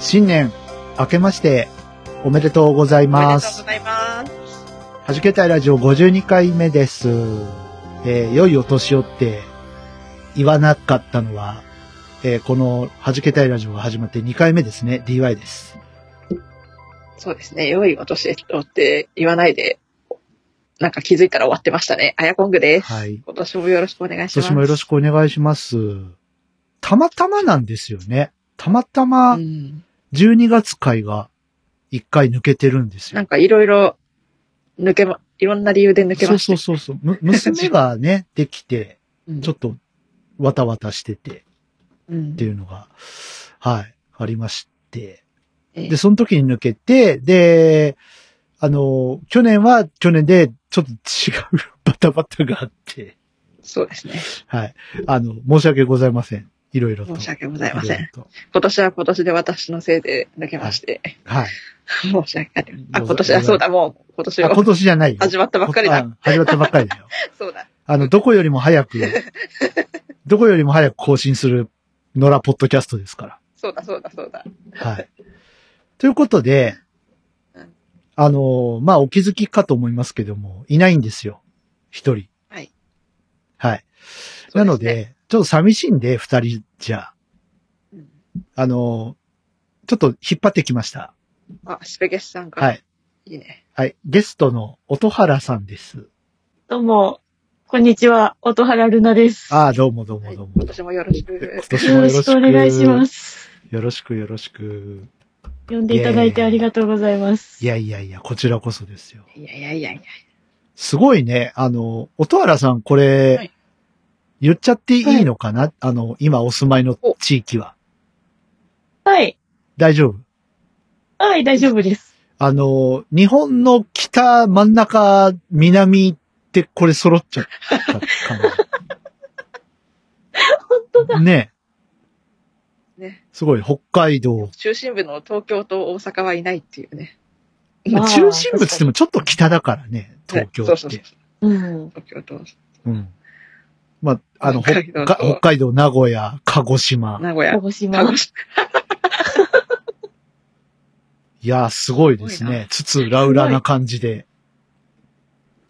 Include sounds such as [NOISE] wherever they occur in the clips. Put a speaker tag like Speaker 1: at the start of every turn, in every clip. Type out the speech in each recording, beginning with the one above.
Speaker 1: 新年、明けまして、おめでとうござい
Speaker 2: おめ
Speaker 1: ま
Speaker 2: でとうご
Speaker 1: す。
Speaker 2: ざいます。
Speaker 1: はじけたいラジオ52回目です。えー良いお年をって言わなかったのは、えーこのはじけたいラジオが始まって2回目ですね。DY です。
Speaker 2: そうですね。良いお年をって言わないで、なんか気づいたら終わってましたね。あやこんぐです。
Speaker 1: はい。
Speaker 2: 今年もよろしくお願いし
Speaker 1: 今
Speaker 2: ます。
Speaker 1: 年もよろしくお願いします。たまたまなんですよね。たまたま
Speaker 2: うん、
Speaker 1: 12月会が1回抜けてるんです
Speaker 2: な
Speaker 1: よ
Speaker 2: ん。かいろいろ抜けま、いろんな理由で抜け
Speaker 1: そ
Speaker 2: ま
Speaker 1: う
Speaker 2: し
Speaker 1: そ
Speaker 2: た。
Speaker 1: うそうそう。む娘がね、できて、
Speaker 2: うん
Speaker 1: ちょっとわたわたしてて。
Speaker 2: うん
Speaker 1: っていうのが、はい、ありまして。
Speaker 2: ええ
Speaker 1: で、その時に抜けて、で、あの、去年は去年でちょっと違う [LAUGHS] バタバタがあって、
Speaker 2: そうですね。
Speaker 1: はい。あの、申し訳ございません。いろいろと。
Speaker 2: 申し訳ございません。
Speaker 1: いろいろと
Speaker 2: 今年は今年で私のせいで抜けまして。
Speaker 1: はい。
Speaker 2: 申し訳ありません。
Speaker 1: ど
Speaker 2: あ、
Speaker 1: うぞ
Speaker 2: 今年はそうだ、もう今年
Speaker 1: あ今
Speaker 2: は
Speaker 1: 年じゃないよ。
Speaker 2: 始まったばっかりだ。
Speaker 1: あ始まったばっかりだよ。
Speaker 2: そうだ。
Speaker 1: あの、どこよりも早
Speaker 2: [LAUGHS]
Speaker 1: く、どこよりも早く更新する野良ポッドキャストですから。
Speaker 2: そうだ、そうだ、そうだ。
Speaker 1: はい。ということで
Speaker 2: うん、
Speaker 1: あのーまあ、お気づきかと思いますけども、いないんですよ。一人。
Speaker 2: はい。
Speaker 1: はい。
Speaker 2: す
Speaker 1: な
Speaker 2: ね
Speaker 1: ので、ちょっと寂しいんで、二人じゃ、
Speaker 2: うん
Speaker 1: あのーちょっと引っ張ってきました。
Speaker 2: あ、スペゲスさんが。
Speaker 1: は。い。
Speaker 2: いいね。
Speaker 1: はい。ゲストの音原さんです。
Speaker 3: どうも、こんにちは、音原ルナです。
Speaker 1: ああ、どうもどうも
Speaker 2: はい
Speaker 1: どうも。
Speaker 2: 今年もよろし
Speaker 1: 今
Speaker 2: く。
Speaker 1: 年
Speaker 3: よ
Speaker 1: も
Speaker 3: ろ
Speaker 1: よろ
Speaker 3: し
Speaker 1: し
Speaker 3: く
Speaker 1: く。。
Speaker 3: お願いしますす。
Speaker 1: よろしくよろしく。
Speaker 3: 呼んでいただいてありがとうございます。
Speaker 1: いやいやいや、こちらこそですよ。
Speaker 2: いやいやいやいや。
Speaker 1: すごいね。あの、音原さん、これ、
Speaker 2: はい
Speaker 1: 言っちゃっていいのかな、あの、今お住まいの地域は。
Speaker 3: はい、
Speaker 1: 大丈夫
Speaker 3: はい、大丈夫です。
Speaker 1: あの、日本の北、真ん中、南ってこれ揃っちゃったかな
Speaker 3: 本当だ。
Speaker 1: ね
Speaker 2: ね。
Speaker 1: すごい、北海道。
Speaker 2: 中心部の東京と大阪はいないっていうね。
Speaker 1: まあ
Speaker 3: あー
Speaker 1: 中心部っつってもちょっと北だからね、東京
Speaker 2: そうそう
Speaker 1: っ
Speaker 2: そう
Speaker 1: て。。
Speaker 3: うん。
Speaker 2: 東京と
Speaker 1: うん。まあ、あの、北
Speaker 2: 北海道と
Speaker 1: 北海道、名古屋、鹿児島。
Speaker 2: 名古
Speaker 3: 鹿
Speaker 2: 屋。
Speaker 3: 児島
Speaker 2: 鹿。児島。
Speaker 1: いやー、すごいです
Speaker 2: すごい
Speaker 1: ね。つつ裏裏な感じで。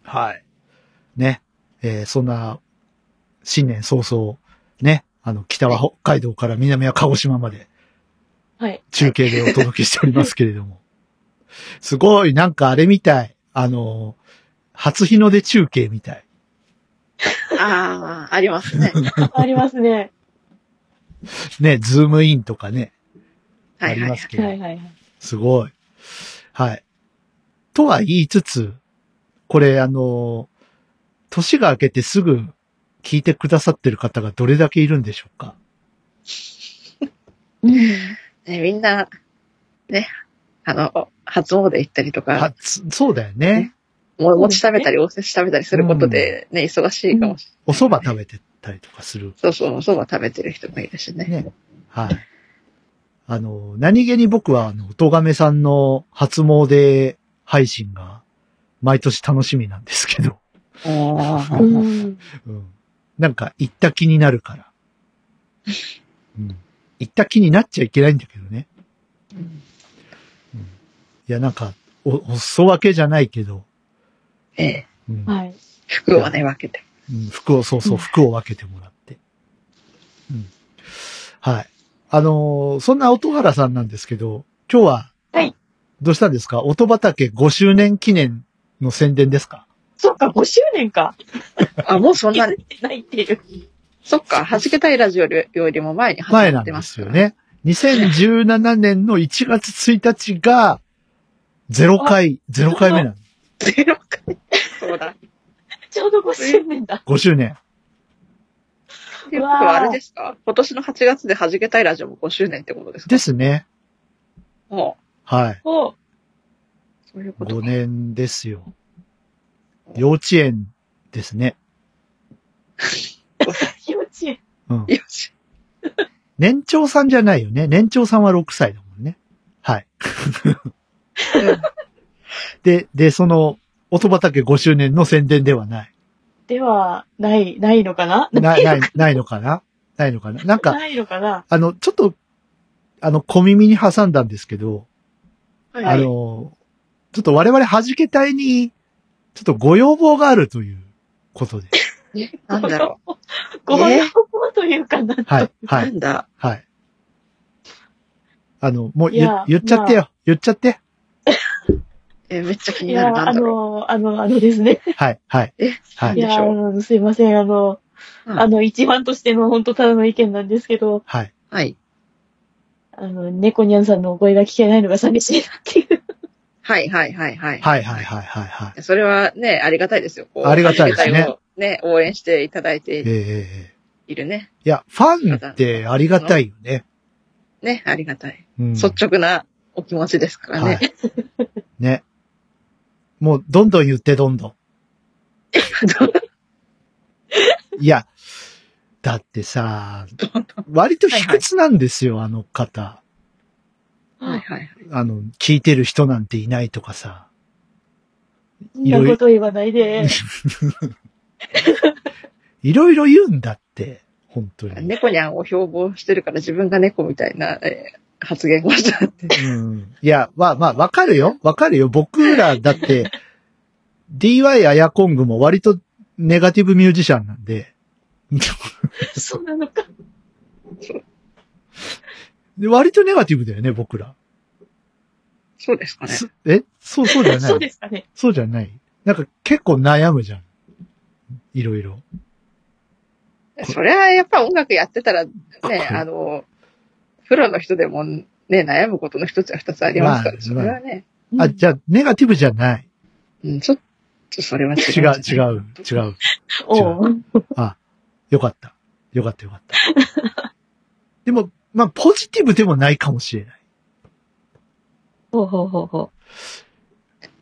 Speaker 1: はい。ね。えーそんな、新年早々、ね。あの、北は北海道から南は鹿児島まで
Speaker 3: はい。
Speaker 1: 中継でお届けしておりますけれども。
Speaker 2: [LAUGHS]
Speaker 1: すごい、なんかあれみたい。あのー、初日の出中継みたい。
Speaker 2: ああ、あります [LAUGHS] ね。
Speaker 3: ありますね。
Speaker 1: ね、ズームインとかね、あ
Speaker 2: はいは
Speaker 1: り
Speaker 2: い
Speaker 1: ま
Speaker 2: はい。
Speaker 1: すけど。
Speaker 3: はいはいはい。
Speaker 1: すごい。はい。とは言いつつ、これあの、年が明けてすぐ聞いてくださってる方がどれだけいるんでしょうか
Speaker 3: うん。
Speaker 2: ね、みんな、ね、あの、初詣行ったりと
Speaker 1: は
Speaker 2: か、
Speaker 1: つそうだよね。
Speaker 2: も餅食べたり、おせち食べたりすることで、ね、忙しいかもし
Speaker 1: お蕎麦食べてたりとかする。
Speaker 2: れない。そうそう、お蕎麦食べてる人もいるしね。
Speaker 1: ね。はい。あの、何気に僕は、あの、おがめさんの初詣配信が毎年楽しみなんですけど、
Speaker 2: お
Speaker 3: う
Speaker 2: ー
Speaker 3: ん。
Speaker 1: うん。なんか行った気になるから。うん。行った気になっちゃいけないんだけどね。いや、なんか、お、お裾分けじゃないけど、
Speaker 2: ええ、
Speaker 1: うん、
Speaker 3: はい。
Speaker 2: 服をね、分けて。
Speaker 1: うん服を、そうそうう、
Speaker 3: ん
Speaker 1: 服を分けてもらって。うん。はい。あのーそんな音原さんなんですけど、今日は、
Speaker 3: はい。
Speaker 1: どうしたんですか音畑5周年記念の宣伝ですか
Speaker 3: そっか、5周年か。
Speaker 2: あ、もうそん
Speaker 3: 気
Speaker 2: な
Speaker 3: づ、いてないっていう。
Speaker 2: そっか、弾けたいラジオよりよりも前に
Speaker 1: 前
Speaker 2: 始ま
Speaker 1: な
Speaker 2: っ
Speaker 1: ん
Speaker 2: て
Speaker 1: で
Speaker 2: ますす
Speaker 1: よ。ね。2017年の1月1日が、0回、0回目なの。
Speaker 2: [LAUGHS] ゼロ回。そうだ。
Speaker 3: ちょうど5周年だ。
Speaker 1: 5周年。
Speaker 2: っていうことはあれですか今年の8月で弾けたいラジオも5周年ってことですか
Speaker 1: ですね。
Speaker 2: も
Speaker 1: はい。
Speaker 3: お
Speaker 2: う、そういうこと
Speaker 1: 5
Speaker 2: か。
Speaker 1: 年ですよ。幼稚園ですね。
Speaker 3: 幼稚園。
Speaker 1: うん。
Speaker 2: よし。
Speaker 1: 年長さんじゃないよね。年長さんは6歳だもんね。はい。で、で、その、音畑5周年の宣伝ではない。
Speaker 3: では、ない、ないのかな
Speaker 1: な、ない、ないのかなないのかななんか、
Speaker 3: ないのかな
Speaker 1: あの、ちょっと、あの、小耳に挟んだんですけど、
Speaker 2: はい
Speaker 1: あの、ちょっと我々弾け隊に、ちょっとご要望があるということで。
Speaker 2: えなんだろ
Speaker 3: う。ご要望というかなと。
Speaker 1: はい、
Speaker 2: う。
Speaker 1: は、
Speaker 2: ないんだ。
Speaker 1: はい。あの、もう
Speaker 3: い
Speaker 1: 言
Speaker 3: や
Speaker 1: 言っちゃってよ。言っちゃって。
Speaker 2: え、めっちゃ気
Speaker 3: い
Speaker 2: になる。
Speaker 3: や、
Speaker 2: な
Speaker 3: あ
Speaker 2: んだろ
Speaker 3: の、あの、あのですね。
Speaker 1: はい、はい。
Speaker 2: う。え、
Speaker 1: はい
Speaker 3: い
Speaker 2: でし
Speaker 3: や、あ
Speaker 2: ょう。
Speaker 3: のすいません。あの、
Speaker 2: うん
Speaker 3: あの、一番としての本当ただの意見なんですけど、
Speaker 1: はい。
Speaker 2: はい。
Speaker 3: あの、猫にゃんさんのお声が聞けないのが寂しいなっていう。
Speaker 2: はい、はい、はい、はい。
Speaker 1: はい、はい、はい、はい、はい。
Speaker 2: それはね、ありがたいですよ。こう
Speaker 1: ありがたいですね。
Speaker 2: 弾け隊をね、応援していただい
Speaker 1: ええ
Speaker 2: て
Speaker 1: ええええ
Speaker 2: いるね。
Speaker 1: いや、ファンってありがたいよね。
Speaker 2: ね、ありがたい。
Speaker 1: うん。
Speaker 2: 率直なお気持ちですから
Speaker 1: は
Speaker 2: ね。 [LAUGHS]
Speaker 1: い。ね。もう、どんどん言って、どんどん。いや、だってさ、割と卑屈なんですよ、あの方。
Speaker 2: はい、はい。
Speaker 1: あの、聞いてる人なんていないとかさ。
Speaker 3: そんなこと言わないで。
Speaker 1: いろいろ言うんだって、本当に。
Speaker 2: 猫にゃんを標榜してるから自分が猫みたいな、えー発言をしたって。
Speaker 1: うん。いや、まあまあ、わかるよ。わかるよ。僕ら、だって、DY アヤコングも割とネガティブミュージシャンなんで、
Speaker 3: そうなのか。
Speaker 1: で割とネガティブだよね、僕ら。
Speaker 2: そうですかね。
Speaker 1: すえそう、そうじゃない
Speaker 3: そうですかね。
Speaker 1: そうじゃないなんか結構悩むじゃん。いろいろ。
Speaker 2: それはやっぱ音楽やってたらね
Speaker 1: これ、
Speaker 2: あの、プロの人でもね、悩むことの一つや二つありますから、
Speaker 1: まあ
Speaker 2: それはね、
Speaker 1: あ、
Speaker 3: うん
Speaker 1: じゃあ、ネガティブじゃない。
Speaker 2: うん、ちょっとそれは違う
Speaker 1: 違う、違う、違う。
Speaker 3: おう。
Speaker 1: あ、よかった。よかった、よかった。
Speaker 3: [LAUGHS]
Speaker 1: でも、まあ、ポジティブでもないかもしれない。
Speaker 3: ほうほうほうほう。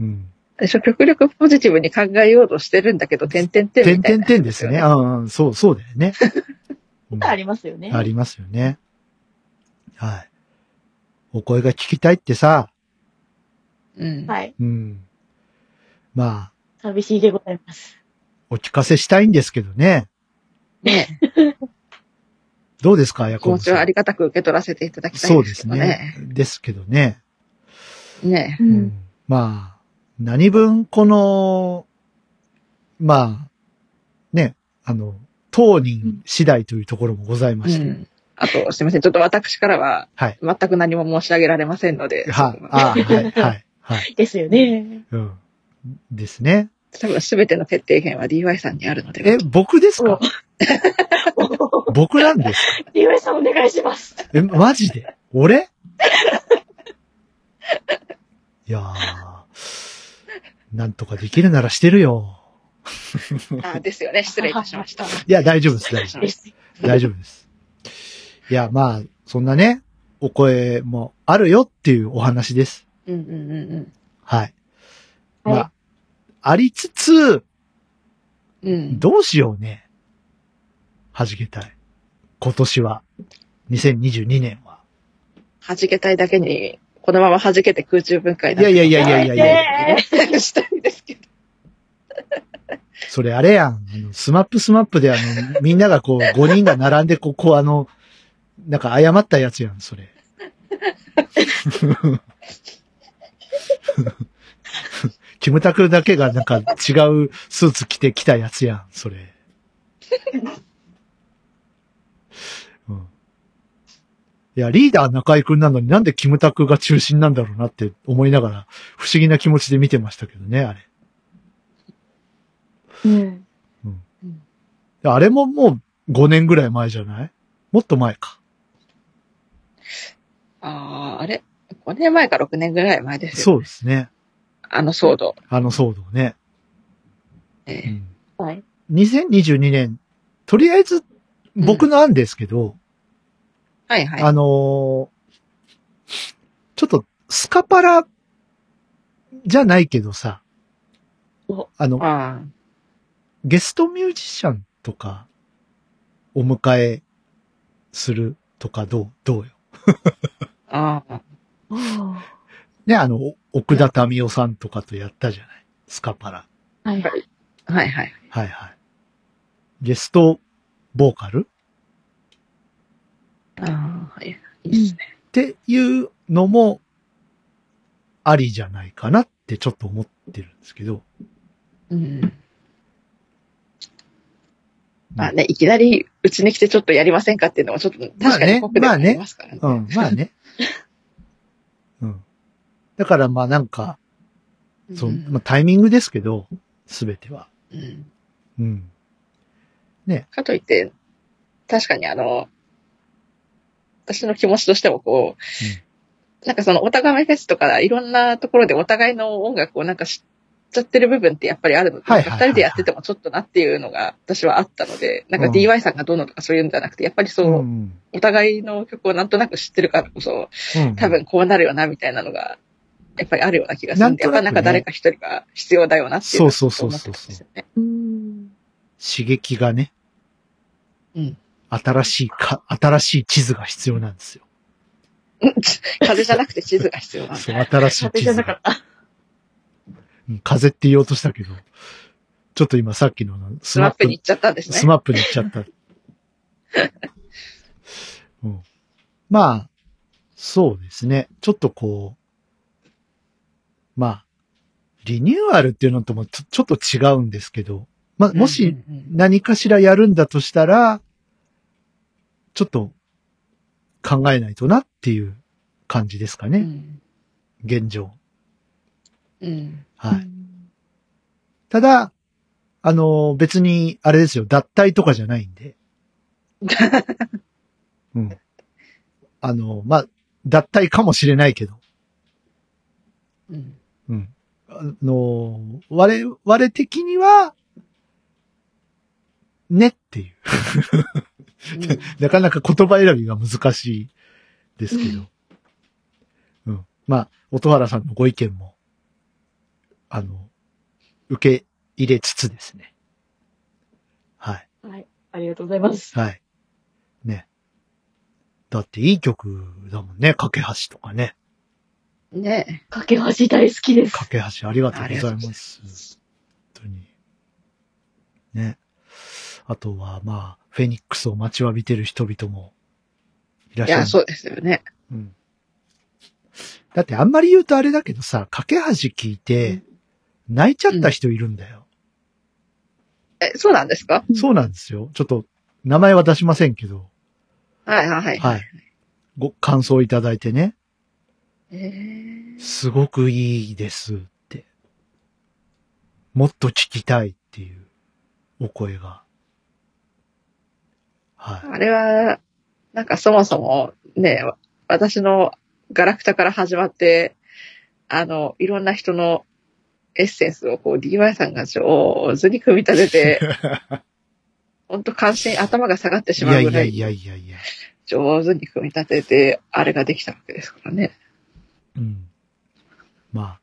Speaker 1: うん。
Speaker 2: 私は極力ポジティブに考えようとしてるんだけど、点々点
Speaker 1: てん
Speaker 2: みた
Speaker 1: て
Speaker 2: い
Speaker 1: ん
Speaker 2: な。
Speaker 1: てんですね。。うん、うんそう、そうだよ
Speaker 3: [LAUGHS]
Speaker 1: ね。うん
Speaker 3: ありますよね。
Speaker 1: ありますよね。はい。お声が聞きたいってさ、
Speaker 2: うん。
Speaker 3: はい。
Speaker 1: うん。まあ、
Speaker 3: 寂しいでございます。
Speaker 1: お聞かせしたいんですけどね。
Speaker 2: ね
Speaker 1: どうですか、ヤ
Speaker 2: 気
Speaker 1: コ
Speaker 2: 持
Speaker 1: ブ
Speaker 2: ちを
Speaker 1: さ
Speaker 2: あ
Speaker 1: ん。
Speaker 2: りがたく受け取らせていただきたい
Speaker 1: そ
Speaker 2: ん
Speaker 1: う
Speaker 2: で
Speaker 1: です
Speaker 2: け
Speaker 1: す
Speaker 2: ど
Speaker 1: ね
Speaker 2: ね。。
Speaker 1: ですけどね。
Speaker 2: ね
Speaker 3: う。
Speaker 1: うんんまあ、何分この、まあ、ね、あの、当人次第というところもございま
Speaker 2: う
Speaker 1: して。
Speaker 2: ん。あと、すみません。ちょっと私からは
Speaker 1: はい、
Speaker 2: 全く何も申し上げられませんので、
Speaker 1: は
Speaker 2: そ
Speaker 1: い、
Speaker 2: こ
Speaker 1: あは
Speaker 2: は
Speaker 1: い、はい、はい。
Speaker 3: ですよね。
Speaker 1: うん。ですね。
Speaker 2: 多分すべての決定権は DY さんにあるので。
Speaker 1: え、僕ですか
Speaker 3: おう
Speaker 1: [LAUGHS] 僕なんですか
Speaker 3: 井上さんお願いします。
Speaker 1: え、マジで俺いやー、なんとかできるならしてるよ。
Speaker 2: あですよね。失礼いたしました。
Speaker 1: いや、大丈夫です、大丈夫です
Speaker 3: です。
Speaker 1: 大丈夫です。いや、まあ、そんなね、お声もあるよっていうお話です。
Speaker 2: うんうんうん
Speaker 1: はい。ま
Speaker 3: は
Speaker 1: あ、
Speaker 3: い
Speaker 1: ありつつ、
Speaker 2: うん。うん。
Speaker 1: どうしようね。弾けたい。今年は。2022年は。
Speaker 2: 弾けたいだけに、このまま弾けて空中分解
Speaker 1: いやいやいやいやいやいや、
Speaker 2: や。したいんですけど。
Speaker 1: それあれやん。あのスマップスマップであの、みんながこう、5人が並んで、こう、こうあの、なんか謝ったやつやん、それ。キムタクだけがなんか違うスーツ着てきたやつやん、それ。うん、いや、リーダー中井くんなのになんでキムタクが中心なんだろうなって思いながら、不思議な気持ちで見てましたけどね、あれ。
Speaker 3: うん。
Speaker 1: あれももう5年ぐらい前じゃないもっと前か。
Speaker 2: ああ、あれ ?5 年前か6年ぐらい前ですよ。
Speaker 1: そうですね。
Speaker 2: あの騒動。
Speaker 1: あの騒動ね。
Speaker 2: え
Speaker 1: うん
Speaker 2: はい。
Speaker 1: 2022年とりあえず、僕の案ですけど、
Speaker 2: はいはい。
Speaker 1: あのーちょっと、スカパラ、じゃないけどさ
Speaker 3: お、
Speaker 1: あの、
Speaker 2: あ
Speaker 1: ゲストミュージシャンとか、お迎えするとかどう、どうよ。
Speaker 2: あ、ああ、
Speaker 3: あ
Speaker 1: ね、あの、お奥田民生さんとかとやったじゃない。スカパラ。
Speaker 3: あはいはい。
Speaker 2: はいはい。
Speaker 1: はいはい。ゲスト、ボーカル
Speaker 2: ああ、はい。いいですね。
Speaker 1: っていうのも、ありじゃないかなってちょっと思ってるんですけど。
Speaker 2: うん。まあね、いきなり、うちに来てちょっとやりませんかっていうのも、ちょっと、確かに酷ではありますからね。
Speaker 1: うん、 [LAUGHS] まあね。うん。だからまあなんか、そのまあ、タイミングですけど、すべては。
Speaker 2: うん。
Speaker 1: うん。
Speaker 2: かといって、確かにあの、私の気持ちとしてもこう、なんかそのお互いフェスとかいろんなところでお互いの音楽をなんか知っちゃってる部分ってやっぱりあるので、
Speaker 1: はい
Speaker 2: なん
Speaker 1: はい
Speaker 2: か
Speaker 1: はい
Speaker 2: 二人でやっててもちょっとなっていうのが私はあったので、なんか
Speaker 1: うん
Speaker 2: DY さんがどうのとかそういうんじゃなくて、やっぱりそう、
Speaker 1: ん。
Speaker 2: お互いの曲をなんとなく知ってるからこそ、
Speaker 1: うん
Speaker 2: 多分こうなるよなみたいなのが、やっぱりあるような気がするんで、
Speaker 1: なんとなくね
Speaker 2: やっぱなんか誰か一人が必要だよなっていうのを
Speaker 1: そうそうそう
Speaker 2: 思っ
Speaker 1: そ
Speaker 2: て
Speaker 1: う
Speaker 2: ますよね。
Speaker 3: うん。
Speaker 1: 刺激がね、
Speaker 2: うん。
Speaker 1: 新しいか、新しい地図が必要なんですよ。
Speaker 2: [LAUGHS] 風じゃなくて地図が必要なんで
Speaker 1: そう、新しい
Speaker 3: 風
Speaker 1: 地
Speaker 3: じゃ
Speaker 1: 図
Speaker 3: なかっ
Speaker 1: が。
Speaker 3: た。
Speaker 1: うん風って言おうとしたけど、ちょっと今さっきのス
Speaker 2: スマ
Speaker 1: マッ
Speaker 2: ップ
Speaker 1: プ
Speaker 2: に行っちゃったんですね。
Speaker 1: スマップに行っちゃ
Speaker 2: [LAUGHS]
Speaker 1: った。うん、まあ、そうですね。ちょっとこう、まあ、リニューアルっていうのともちょちょっと違うんですけど、まあ、もし
Speaker 2: うんうんうん
Speaker 1: 何かしらやるんだとしたら、ちょっと考えないとなっていう感じですか
Speaker 2: う
Speaker 1: ね。
Speaker 2: ん
Speaker 1: 現状。
Speaker 2: うん
Speaker 1: はい。ただ、あの、別に、あれですよ、脱退とかじゃないんで。 [LAUGHS] うん。あの、まあ、脱退かもしれないけど、
Speaker 2: うん
Speaker 1: うん。あの、我々的には、ねっていう。なかなか言葉選びが難しいですけど。うん。まあ、音原さんのご意見も、あの、受け入れつつですね。はい。
Speaker 3: はい。ありがとうございます。
Speaker 1: はい。ね。だっていい曲だもんね。架け橋とかね。
Speaker 2: うんね
Speaker 3: かけ橋大好きです。
Speaker 1: 架け橋ありがとうござい
Speaker 2: ありがとうござい
Speaker 1: ま。
Speaker 2: ます
Speaker 1: 本当に。ね。あとは、まあ、フェニックスを待ちわびてる人々もいらっ
Speaker 2: え。い
Speaker 1: しゃる
Speaker 2: や、。そうですよね。
Speaker 1: うんだってあんまり言うとあれだけどさ、架け橋聞いて、泣いちゃった人いるんだよ。
Speaker 2: え、そうなんですか
Speaker 3: うん
Speaker 1: そうなんですよ。ちょっと、名前は出しませんけど、
Speaker 2: はいはいはい。
Speaker 1: はい。ご感想いただいてね、
Speaker 2: えー
Speaker 1: すごくいいですって。もっと聞きたいっていうお声が。は
Speaker 2: あれは、なんかそもそも、ね、私のガラクタから始まって、あの、いろんな人のエッセンスをこう DY さんが上手に組み立てて、本当関心、頭が下がって
Speaker 1: い。
Speaker 2: し
Speaker 1: い
Speaker 2: ま
Speaker 1: や
Speaker 2: うぐ
Speaker 1: い
Speaker 2: ら
Speaker 1: や
Speaker 2: い
Speaker 1: いやいやいや。
Speaker 2: 上手に組み立てて、あれができたわけですからね。
Speaker 1: うん。まあ。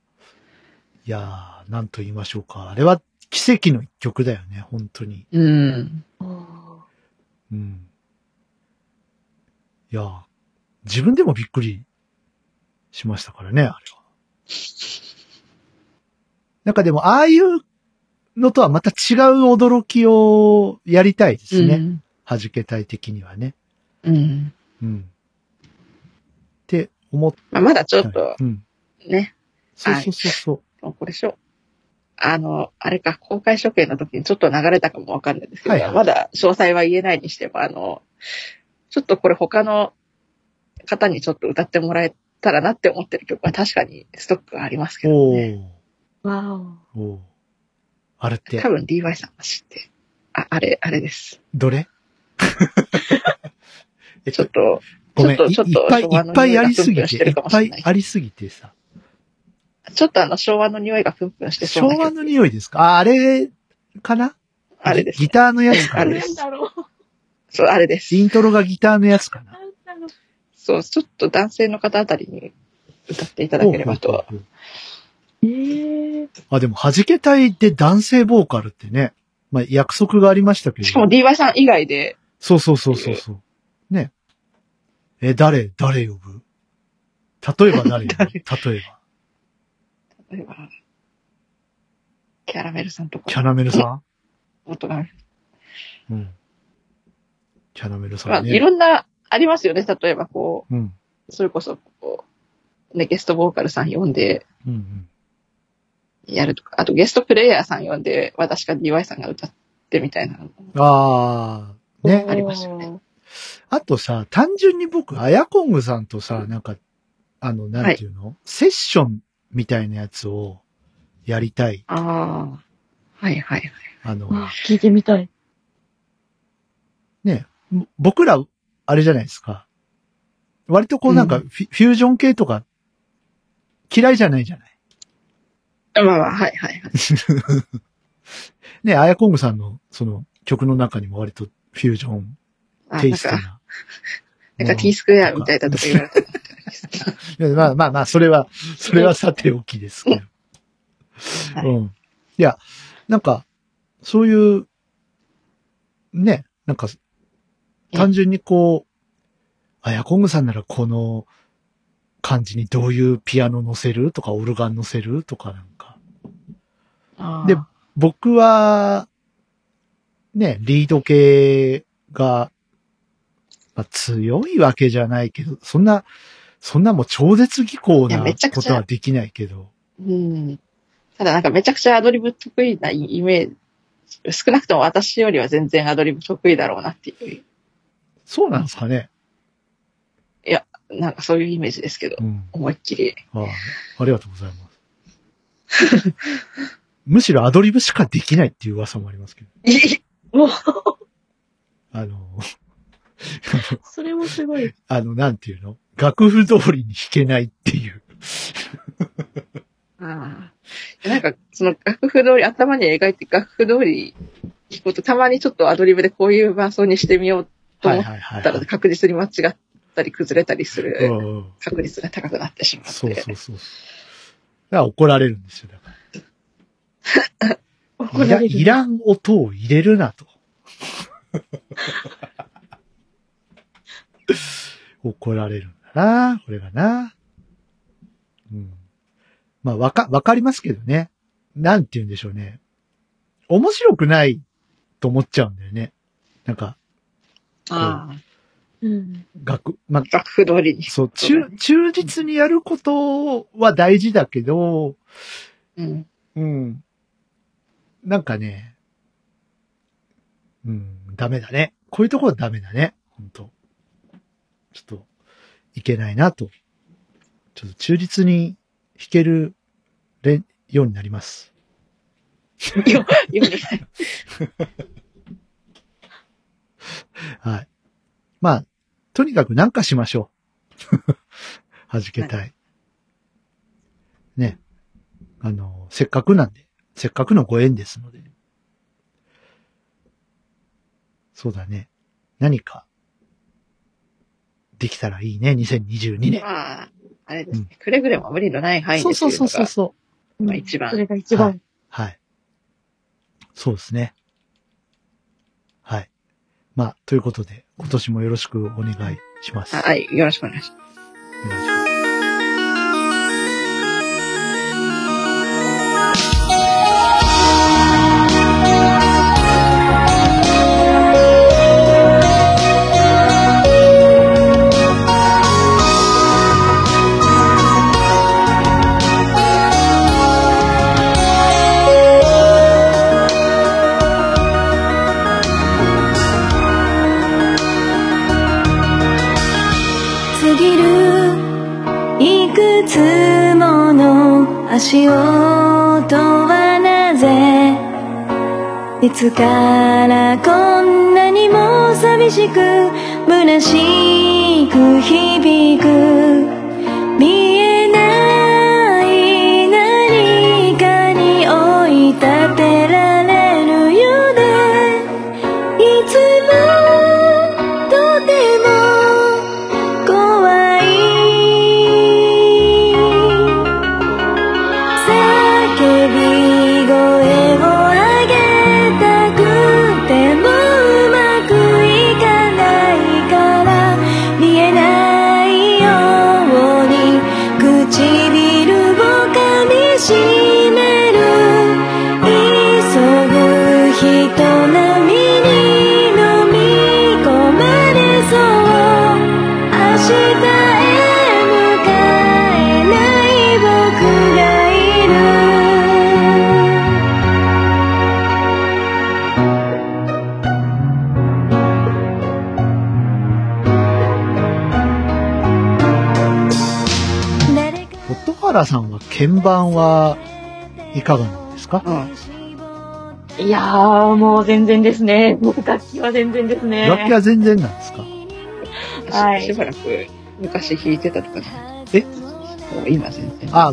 Speaker 1: いやー、なんと言いましょうか。あれは奇跡の一曲だよね、本当に。
Speaker 2: うん。
Speaker 3: あ
Speaker 1: うん。いやー、自分でもびっくりしましたからね、あれは。なんかでも、ああいうのとはまた違う驚きをやりたいですね。
Speaker 2: うん
Speaker 1: 弾けたい的にはね。
Speaker 2: うん。
Speaker 1: うん。って思った。
Speaker 2: まあ、まだちょっと、
Speaker 1: うん。
Speaker 2: ね、
Speaker 1: そうそうそうそう。
Speaker 2: もうこれしょ、あの、あれか、公開処刑の時にちょっと流れたかもわかんないですけど、
Speaker 1: はいはい
Speaker 2: まだ詳細は言えないにしても、あの、ちょっとこれ他の方にちょっと歌ってもらえたらなって思ってる曲は確かにストックがありますけど
Speaker 1: お
Speaker 2: ね。
Speaker 1: ー。
Speaker 3: あ。わお。
Speaker 1: おーあれって
Speaker 2: 多、分 DY さんが知って、あ、あれ、あれです。
Speaker 1: どれ [LAUGHS] え
Speaker 2: ちょっと、
Speaker 1: ごめん、
Speaker 2: ちょっ
Speaker 1: いい
Speaker 2: とちょ
Speaker 1: っ
Speaker 2: っと
Speaker 1: ぱいい
Speaker 2: 昭和
Speaker 1: っ
Speaker 2: の
Speaker 1: ぱいありす
Speaker 2: 匂い
Speaker 1: ぎて、
Speaker 2: がプンプンして
Speaker 1: いっ
Speaker 2: るかもし
Speaker 1: ぱ
Speaker 2: れ
Speaker 1: い
Speaker 2: ない
Speaker 1: ありすぎてさ。
Speaker 2: ちょっとあの昭和の匂いがプンプンしてそ
Speaker 1: 昭
Speaker 2: うな
Speaker 1: 和
Speaker 2: 曲
Speaker 1: の匂いですかああれかな
Speaker 2: あれです
Speaker 1: ギ。ターのやつかな
Speaker 2: あれ
Speaker 3: な
Speaker 2: です
Speaker 3: んだろう。
Speaker 2: そう、あれです。
Speaker 1: イントロがギターのやつかな
Speaker 3: なんだろう。
Speaker 2: そう、ちょっと男性の方あたりに歌っていただければとは。
Speaker 1: ほうほうほう
Speaker 3: ええ
Speaker 1: あ、でも、弾け隊で男性ボーカルってね、まあ、約束がありましたけ
Speaker 2: しかも
Speaker 1: ど。
Speaker 2: DY さん以外で、
Speaker 1: そうそうそうそうそう。ね。え、誰、誰呼ぶ例えば誰呼
Speaker 2: [LAUGHS]
Speaker 1: ぶ例えば。
Speaker 2: 例えば、キャラメルさんと
Speaker 1: キャ
Speaker 2: か、
Speaker 1: ラメル
Speaker 2: [LAUGHS]
Speaker 1: さ
Speaker 2: 元が、
Speaker 1: んうん。キャラメル
Speaker 2: ま
Speaker 1: さ
Speaker 2: あ、
Speaker 1: ん
Speaker 2: い
Speaker 1: ね。
Speaker 2: ろんな、ありますよね。例えば、こ
Speaker 1: うん。
Speaker 2: う、それこそ、こう、ね、ゲストボーカルさん呼んで
Speaker 1: うんうん。
Speaker 2: やるとか、あとゲストプレイヤーさん呼んで、私か DY さんが歌ってみたいなのも
Speaker 1: ああ、
Speaker 3: ー。
Speaker 1: ね。
Speaker 2: ありますよね。
Speaker 1: あとさ、単純に僕、アヤコングさんとさ、なんか、あの、なんていうの、セッションみたいなやつをやりたい。
Speaker 2: ああ、はいはいはい。
Speaker 1: あの、
Speaker 3: あ聞いてみたい。
Speaker 1: ぼ僕ら、あれじゃないですか。割とこうなんか
Speaker 2: う
Speaker 1: フィ、フュージョン系とか、嫌いじゃないじゃない。
Speaker 2: まあまあ、はいはいはい。
Speaker 1: ね、アヤコングさんの、その、曲の中にも割とフュージョン
Speaker 2: あ
Speaker 1: テ
Speaker 2: なん
Speaker 1: イスト
Speaker 2: か、
Speaker 1: な。
Speaker 2: なんか T スクエアみたいなとか言われたら。
Speaker 1: いやまあまあまあ、それは、それはさておきですけど。
Speaker 2: はい
Speaker 1: うん。いや、なんか、そういう、ね、なんか、単純にこう、あ、ヤコングさんならこの感じにどういうピアノ乗せるとか、オルガン乗せるとかなんか。
Speaker 2: あー
Speaker 1: で、僕は、ね、リード系が、まあ、強いわけじゃないけど、そんな、そんなもう超絶技巧
Speaker 2: い
Speaker 1: な
Speaker 2: やめちゃ
Speaker 1: こ
Speaker 2: くちゃ
Speaker 1: とはできないけど。
Speaker 2: うん。ただなんかめちゃくちゃアドリブ得意なイメージ、少なくとも私よりは全然アドリブ得意だろうなっていう、
Speaker 1: そうなんですかね。
Speaker 2: なんかそういうイメージですけど
Speaker 1: う、ん。
Speaker 2: 思いっきり。
Speaker 1: ああ、ありがとうございます。 [LAUGHS] むしろアドリブしかできないっていう噂もありますけど。
Speaker 3: お
Speaker 1: あの、
Speaker 3: それもすごい。
Speaker 1: あの、なんていうの楽譜通りに弾けないっていう。
Speaker 2: ああ。なんかその楽譜通り、頭に描いて楽譜通り弾くと、たまにちょっとアドリブでこういう伴奏にしてみようと
Speaker 1: はい
Speaker 2: 思っ
Speaker 1: はいはい、
Speaker 2: たら確実に間違ったり崩れたりす
Speaker 1: う
Speaker 2: る
Speaker 1: んうん。
Speaker 2: 確率が高くなってしまって。
Speaker 1: そうそうそう。だから怒られるんですよ。だか
Speaker 3: 怒
Speaker 1: らい
Speaker 3: ら
Speaker 1: ら
Speaker 3: れ
Speaker 1: い
Speaker 3: る。
Speaker 1: らん音を入れるな
Speaker 2: [LAUGHS]
Speaker 1: と。怒られるんだな、これがな。うん。まあ、わか、わかりますけどね。なんて言うんでしょうね。面白くないと思っちゃうんだよね。なんか、
Speaker 2: ああ。
Speaker 3: うん。
Speaker 1: 学、まあ、
Speaker 2: 楽譜通りに。
Speaker 1: そう、
Speaker 2: そうだ
Speaker 1: 忠、忠実にやることは大事だけど、
Speaker 2: うん。
Speaker 1: うん。なんかね、うん、ダメだね。こういうところダメだね。本当ちょっと、いけないなと。ちょっと忠実に弾けるれんようになります。
Speaker 2: よ、より。
Speaker 1: はい。まあ、とにかくなんかしましょ
Speaker 2: [LAUGHS]
Speaker 1: う。弾けたい。ね。あの、せっかくなんで、せっかくのご縁ですので。そうだね。何か、できたらいいね、2022年。
Speaker 2: まあ、あれですね。くれぐれも無理のない範囲
Speaker 1: そう
Speaker 2: で
Speaker 1: そうそうそうそう。
Speaker 2: まあ一番
Speaker 3: それが一番。
Speaker 1: はい。そうですね。はい。まあ、ということで、今年もよろしくお願いします。
Speaker 2: あはい、よろしくお願いします。
Speaker 1: お願いします。
Speaker 4: 過ぎるいくつもの足音はなぜいつからこんなにも寂しく虚しく響く見えない何かに追い立てられるようで
Speaker 1: 原さんは鍵盤はいかがなんですか
Speaker 2: うん。
Speaker 3: いやー、もう全然ですね。楽器は全然ですね。
Speaker 1: 楽器は全然なんですか
Speaker 3: はい
Speaker 2: しばらく昔弾いてたとかじゃない
Speaker 1: え
Speaker 2: もう今全然。
Speaker 1: あ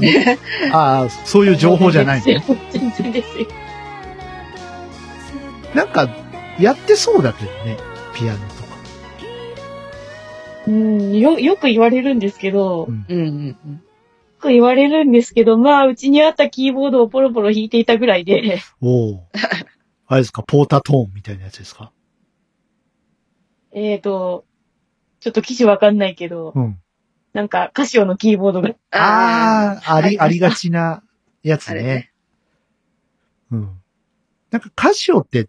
Speaker 1: あ、ああ、そういう情報じゃないのね。
Speaker 3: 全然ですよ。
Speaker 1: なんか、やってそうだけどね。ピアノとか。
Speaker 3: うん、よ、よく言われるんですけど、よ
Speaker 2: うんうんうん。
Speaker 3: く言われるんですけど、まあ、うちにあったキーボードをポロポロ弾いていたぐらい
Speaker 1: [LAUGHS]
Speaker 3: で、
Speaker 1: おお。あれですか、ポータトーンみたいなやつですか
Speaker 3: えっと、ちょっと記事わかんないけど、
Speaker 1: うん。
Speaker 3: なんか、カシオのキーボードが、
Speaker 1: ああ、あり、ありがちなや
Speaker 2: ー
Speaker 1: つ
Speaker 2: あれ
Speaker 1: ね
Speaker 2: ね。。
Speaker 1: うん。なんかカシオって、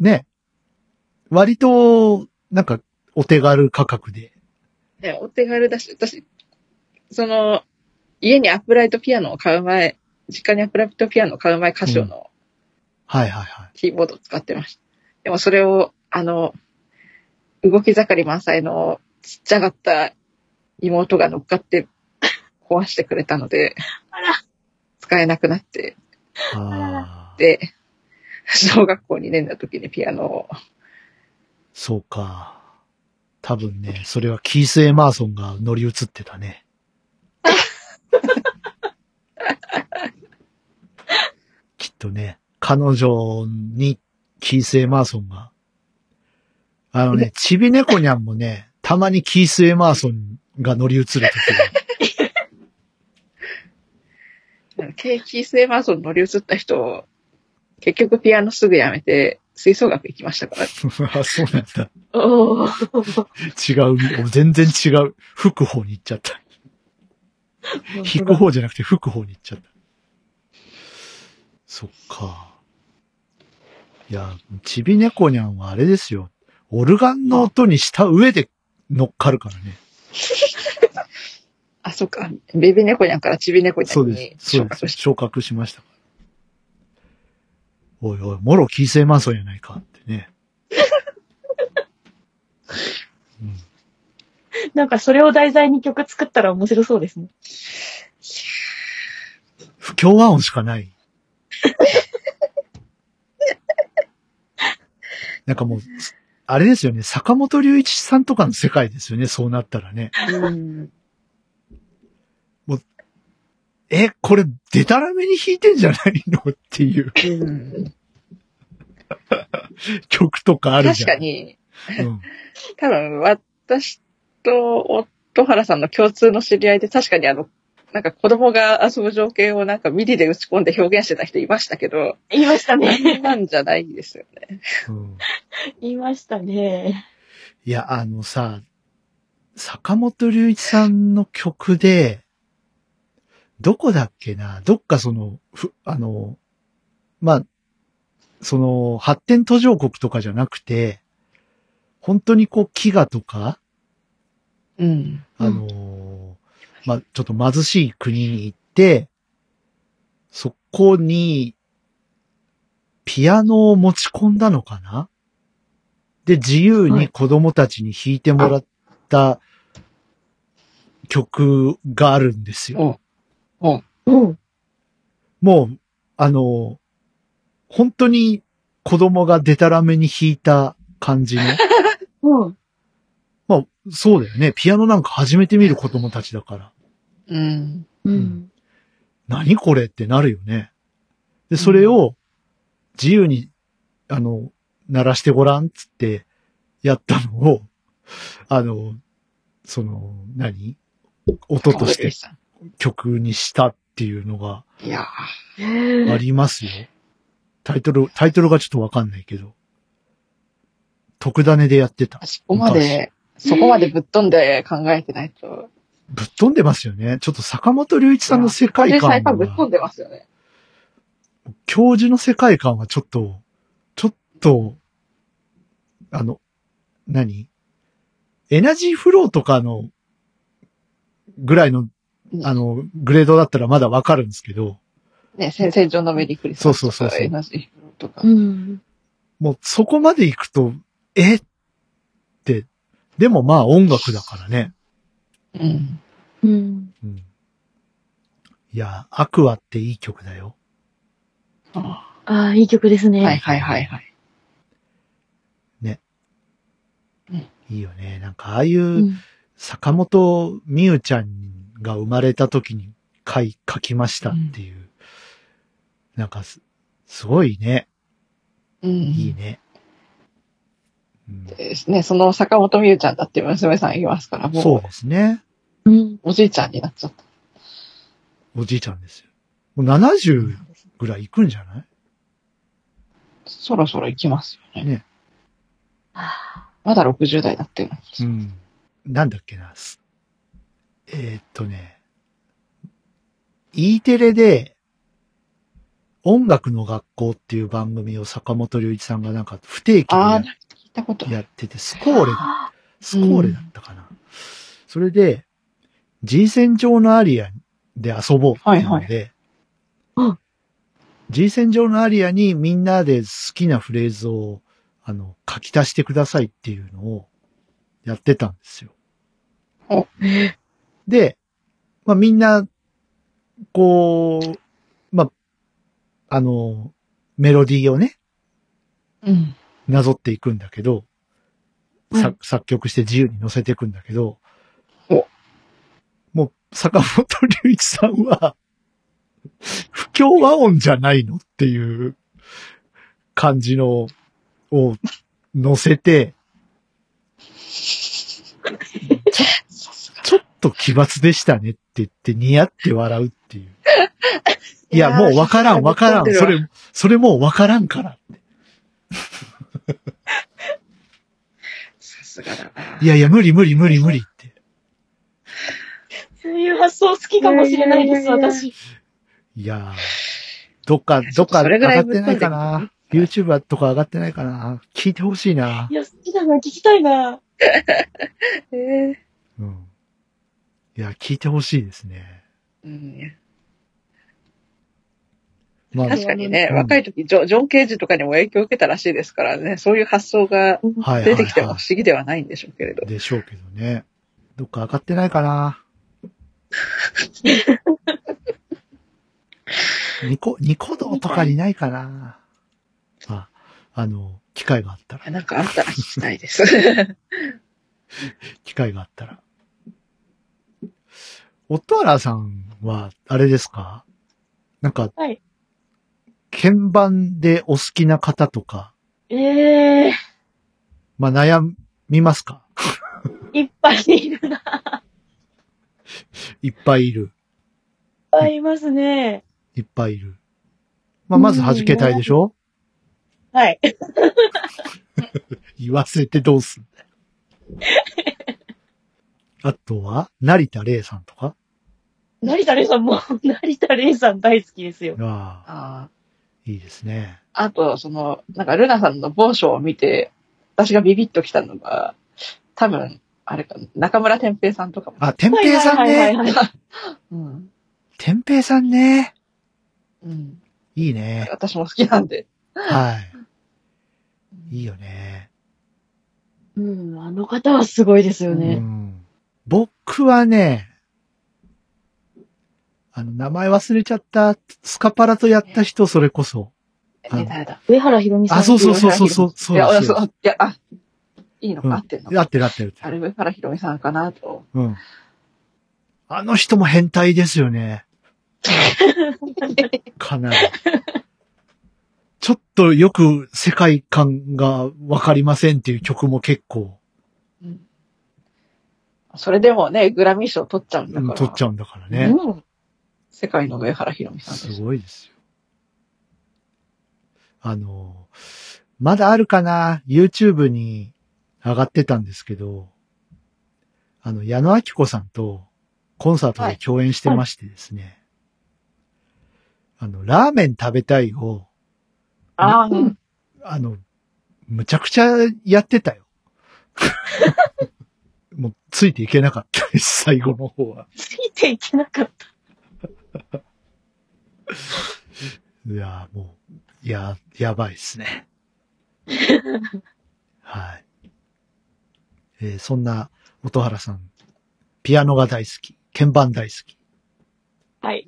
Speaker 1: ね、割と、なんか、お手軽価格で。
Speaker 2: ね、お手軽だし、私、その、家にアップライトピアノを買う前、実家にアップライトピアノを買う前、カシオの
Speaker 1: はいはいはい。
Speaker 2: キーボードを使ってました。でもそれを、あの、動き盛り満載のちっちゃかった妹が乗っかって壊してくれたので、
Speaker 3: あら
Speaker 2: 使えなくなって、
Speaker 1: ああ、
Speaker 2: で、小学校2年の時にピアノを、
Speaker 1: そうか。多分ね、それはキース・エマーソンが乗り移ってた [LAUGHS] ね。きっとね、彼女にキース・エマーソンが。あのね、ちびねこにゃんもね、たまにキース・エマーソンが乗り移るときが
Speaker 2: ケーキスエマーソンに乗り移った人を、結局ピアノすぐやめて、吹奏楽行きましたから。
Speaker 1: [LAUGHS] あそうなんだ。
Speaker 3: おー、
Speaker 1: 違う。全然違う。吹く方に行っちゃった。引く方じゃなくて吹く方に行っちゃった。そっか。いや、ちびねこにゃんはあれですよ。オルガンの音にした上で乗っかるからね。
Speaker 2: あ、そっか。ベビー猫ニャンからチビ猫ニャ
Speaker 1: そ
Speaker 2: ン
Speaker 1: う
Speaker 2: に
Speaker 1: です。そ
Speaker 2: 昇
Speaker 1: うです
Speaker 2: 格。し
Speaker 1: 昇格しましたから。おいおい、もろキーセイマンソンやないかって [LAUGHS] ね。うん
Speaker 3: [LAUGHS] なんか、それを題材に曲作ったら面白そうですね。
Speaker 1: 不協和音しかない。 [LAUGHS] なんかもう、あれですよね、坂本龍一さんとかの世界ですよね、そうなったらね。
Speaker 2: た。うん。
Speaker 1: え、これ、デタラメに弾いてんじゃないのっていう
Speaker 2: うん
Speaker 1: 曲とかあるじ
Speaker 2: 確
Speaker 1: ゃん。
Speaker 2: かに、
Speaker 1: うん
Speaker 2: 多分私と夫原さんの共通の知り合いで、確かにあの、なんか子供が遊ぶ情景をなんかミリで打ち込んで表現してた人いましたけど、
Speaker 3: 言いました
Speaker 2: あ
Speaker 3: ね。
Speaker 2: んなんじゃないですよね。
Speaker 1: うん
Speaker 3: [LAUGHS] 言いましたね。
Speaker 1: いや、あのさ、坂本龍一さんの曲で、どこだっけな、どっかその、ふあの、まあ、その、発展途上国とかじゃなくて、本当にこう、飢餓とか、
Speaker 2: うん。
Speaker 1: あのーまあ、ちょっと貧しい国に行って、そこに、ピアノを持ち込んだのかなで、自由に子供たちに弾いてもらった曲があるんですよ。
Speaker 2: お
Speaker 3: うん。
Speaker 1: もう、あのー本当に子供がデタラメに弾いた感じの。
Speaker 3: うん。
Speaker 1: まあ、そうだよね。ピアノなんか始めてみる子供たちだから。
Speaker 2: うん。
Speaker 3: うん。
Speaker 1: 何これってなるよね。で、それを自由に、あの、鳴らしてごらんっつってやったのを、あの、その、何音として曲にしたっていうのが
Speaker 2: いや
Speaker 1: ありますよ。タイトル、タイトルがちょっとわかんないけど。特ダネでやってた
Speaker 2: ー、。そこまで、そこまでぶっ飛んで考えてないと。
Speaker 1: ぶっ飛んでますよね。ちょっと坂本龍一さんの世界
Speaker 2: で、
Speaker 1: 観
Speaker 2: 最
Speaker 1: が
Speaker 2: 下、ぶっ飛んでますよね。
Speaker 1: 教授の世界観はちょっと、ちょっと、あの、何エナジーフローとかの、ぐらいの、あの、グレードだったらまだわかるんですけど、
Speaker 2: ね、戦線上のメリークリスマスとか、
Speaker 1: そうそうそうそう
Speaker 2: エナジーフローとか
Speaker 3: う。ん。
Speaker 1: もうそこまで行くと、えって、でもまあ音楽だからね。
Speaker 2: うん。
Speaker 3: うん。
Speaker 1: うんいや、アクアっていい曲だよ。
Speaker 2: あ
Speaker 3: ああ、いい曲です
Speaker 2: ー
Speaker 3: ね。
Speaker 2: はいはいはいはい。
Speaker 1: いいよね。なんか、ああいううん坂本美優ちゃんが生まれた時に書い書きましたっていう。なんかす、すごいね。
Speaker 2: うん。
Speaker 1: いいね。うん
Speaker 2: ですね。その坂本美優ちゃんだって娘さんいますから、もう
Speaker 1: そうですね。
Speaker 3: うん。
Speaker 2: おじいちゃんになっちゃった。
Speaker 1: おじいちゃんですよ。もう70ぐらいいくんじゃない
Speaker 2: そろそろ行きますよね。
Speaker 1: ね
Speaker 3: あ
Speaker 2: まだ60代だっていうのに
Speaker 1: うん。なんだっけな。すえーっとね。E テレで、音楽の学校っていう番組を坂本龍一さんがなんか不定期で
Speaker 2: ああ、
Speaker 1: や
Speaker 2: なんか聞いたことある
Speaker 1: やってて、スコーレだ。
Speaker 3: あ
Speaker 1: スコーレだったかな。それで、G 線上のアリアで遊ぼうっていうので、
Speaker 3: はいはい
Speaker 1: い、G 線上のアリアにみんなで好きなフレーズを、あの、書き足してくださいっていうのをやってたんですよ。
Speaker 3: え
Speaker 1: で、まあみんな、こう、まあ、あの、メロディーをね、
Speaker 2: うん。
Speaker 1: なぞっていくんだけど、
Speaker 3: は
Speaker 1: さ
Speaker 3: い
Speaker 1: 作曲して自由に乗せていくんだけど
Speaker 2: お、
Speaker 1: もう坂本龍一さんは、不協和音じゃないのっていう感じのを乗せて、
Speaker 2: さすが。
Speaker 1: ちょっと奇抜でしたねって言ってニヤって笑うっていう。いや、
Speaker 2: ー
Speaker 1: もうわからんわからん。
Speaker 2: ぶっ
Speaker 1: そ
Speaker 2: 飛でるわ
Speaker 1: れ、それもうわからんから。
Speaker 2: さすがだな。
Speaker 1: いやいや、無理無理無理無理って。
Speaker 3: ーそういう発想好きかもしれないで
Speaker 2: いやいや
Speaker 3: す、
Speaker 2: いや
Speaker 3: 私。
Speaker 1: いやー、どっか、どっか
Speaker 2: そ
Speaker 1: 上
Speaker 2: れぐら
Speaker 1: がっ
Speaker 2: いぶって飛ん
Speaker 1: な
Speaker 2: で
Speaker 1: い
Speaker 2: る
Speaker 1: かな。YouTube とか上がってないかな。聞いてほしいな。
Speaker 3: いや、好きだな、聞きたいな。
Speaker 2: えー
Speaker 1: うん。いや、聞いてほしいですね。
Speaker 2: うん
Speaker 1: まあ、
Speaker 2: 確かにね、
Speaker 1: うん
Speaker 2: 若い時ジョ、ジョン・ケージとかにも影響を受けたらしいですからね、そういう発想
Speaker 1: は
Speaker 2: が
Speaker 1: いはい
Speaker 2: 出てきても
Speaker 1: は
Speaker 2: 不思議ではないんでしょうけれど
Speaker 1: い。。でしょうけどね。どっか上がってないか
Speaker 2: [LAUGHS]
Speaker 1: な。ニコ、ニコ動とかにないかな。まあ、あの、機会があったら。
Speaker 2: なんかあったら聞きたい [LAUGHS] です。
Speaker 1: 機会があったら。オットワラーさんは、あれですかなんか、
Speaker 3: はい
Speaker 1: 鍵盤でお好きな方とか、
Speaker 3: ええ
Speaker 1: まあ悩みますか
Speaker 3: いっぱいいるな。
Speaker 1: い
Speaker 3: いっ
Speaker 1: っぱいいる。
Speaker 3: ぱいいますね。
Speaker 1: いっぱいいる。まあまず弾けたいでしょ
Speaker 3: はい。
Speaker 1: 言わせてどうすんだよ。
Speaker 3: [LAUGHS]
Speaker 1: あとは、成田玲さんとか
Speaker 3: 成田玲さんも、 [LAUGHS] 成田玲さん大好きですよ。
Speaker 1: ああ、
Speaker 2: あ
Speaker 1: いいですね。
Speaker 2: ーあと、その、なんかルナさんの某所を見て、私がビビッときたのが、多分、あれか、中村天平さんとかも。
Speaker 1: あ、天平さん
Speaker 3: はいはい
Speaker 1: ね。
Speaker 3: はいはい
Speaker 2: うん。
Speaker 1: 天平さんね。
Speaker 2: うん。
Speaker 1: いいね。
Speaker 2: 私も好きなんで。
Speaker 1: はい。いいよね。
Speaker 3: うん、あの方はすごいですよ
Speaker 1: う
Speaker 3: ね。
Speaker 1: ん。僕はね、あの、名前忘れちゃった、スカパラとやった人、それこそ。
Speaker 2: え、
Speaker 1: あ
Speaker 2: 誰だ
Speaker 3: 上原ひろみさん。
Speaker 1: あ、そうそうそうそうそう、
Speaker 2: い
Speaker 1: そう
Speaker 2: や、
Speaker 1: で
Speaker 2: 俺
Speaker 1: す
Speaker 2: そ
Speaker 1: よ。
Speaker 2: う、いや、あ、いいの
Speaker 1: う
Speaker 2: か、
Speaker 1: ん
Speaker 2: 合ってんの
Speaker 1: 合
Speaker 2: か。
Speaker 1: ってる合ってる。
Speaker 2: あれ、上原ひろみさんかなと。
Speaker 1: うん。あの人も変態ですよ
Speaker 2: [LAUGHS]
Speaker 1: ね。かなり。ちょっとよく世界観がわかりませんっていう曲も結構、
Speaker 2: うんそれでもね、グラミー賞取っちゃうんだ
Speaker 1: う
Speaker 2: か
Speaker 1: ん
Speaker 2: ら。
Speaker 1: 取っちゃうんだからね。
Speaker 3: うん。
Speaker 2: 世界の上原ひろみさんですす。
Speaker 1: ごいですよ。あの、まだあるかな ?YouTube に上がってたんですけど、あの、矢野明子さんとコンサートで共演してましてですね、あの、ラーメン食べたいを、
Speaker 2: ああ、うん
Speaker 1: あの、むちゃくちゃやってたよ。もう、ついていけなかったです、最後の方は。
Speaker 3: ついていけなかった。
Speaker 1: いやー、もう、いやー、やばいっすね。はい。えーそんな、音原さん、ピアノが大好き、鍵盤大好き。
Speaker 3: はい。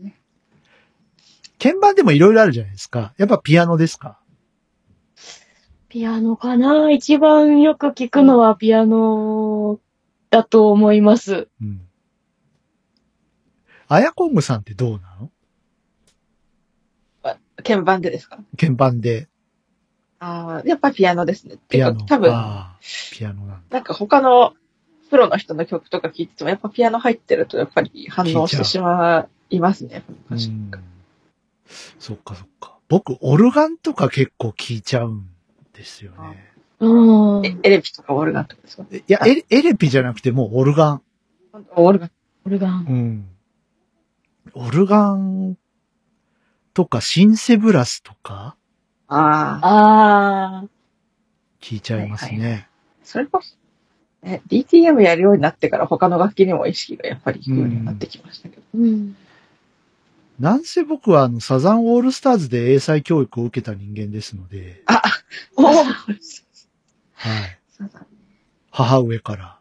Speaker 1: 鍵盤でもいろいろあるじゃないですか。やっぱピアノですか
Speaker 3: ピアノかな一番よく聞くのはピアノだと思います。
Speaker 1: うん。アヤコングさんってどうなの
Speaker 2: 鍵盤でですか
Speaker 1: 鍵盤で
Speaker 2: ああ、やっぱピアノですね。
Speaker 1: ピア
Speaker 2: て
Speaker 1: ノ。
Speaker 2: か多分、
Speaker 1: あーピアノなんだ。
Speaker 2: なんか他のプロの人の曲とか聴いてても、やっぱピアノ入ってると、やっぱり反応してしまいますね。
Speaker 1: う
Speaker 2: 昔
Speaker 1: ん。そっかそっか。僕、オルガンとか結構聴いちゃうんですよね。
Speaker 3: うん。
Speaker 2: えエレピとかオルガンとかですか
Speaker 1: いや、エレエレピじゃなくてもうオルガン。
Speaker 2: オルガン。
Speaker 3: オルガン。
Speaker 1: うん。オルガンとかシンセブラスとか
Speaker 2: ああ、
Speaker 3: ああ。
Speaker 1: 聞いちゃいますね。
Speaker 2: はいはそれこそ、ね、DTM やるようになってから他の楽器にも意識がやっぱり低くなってきましたけど。
Speaker 3: うん。
Speaker 1: なんせ僕はあのサザンオールスターズで英才教育を受けた人間ですので、
Speaker 2: あ、 [LAUGHS] おそうです
Speaker 1: はい。
Speaker 2: そうだ
Speaker 1: 母上から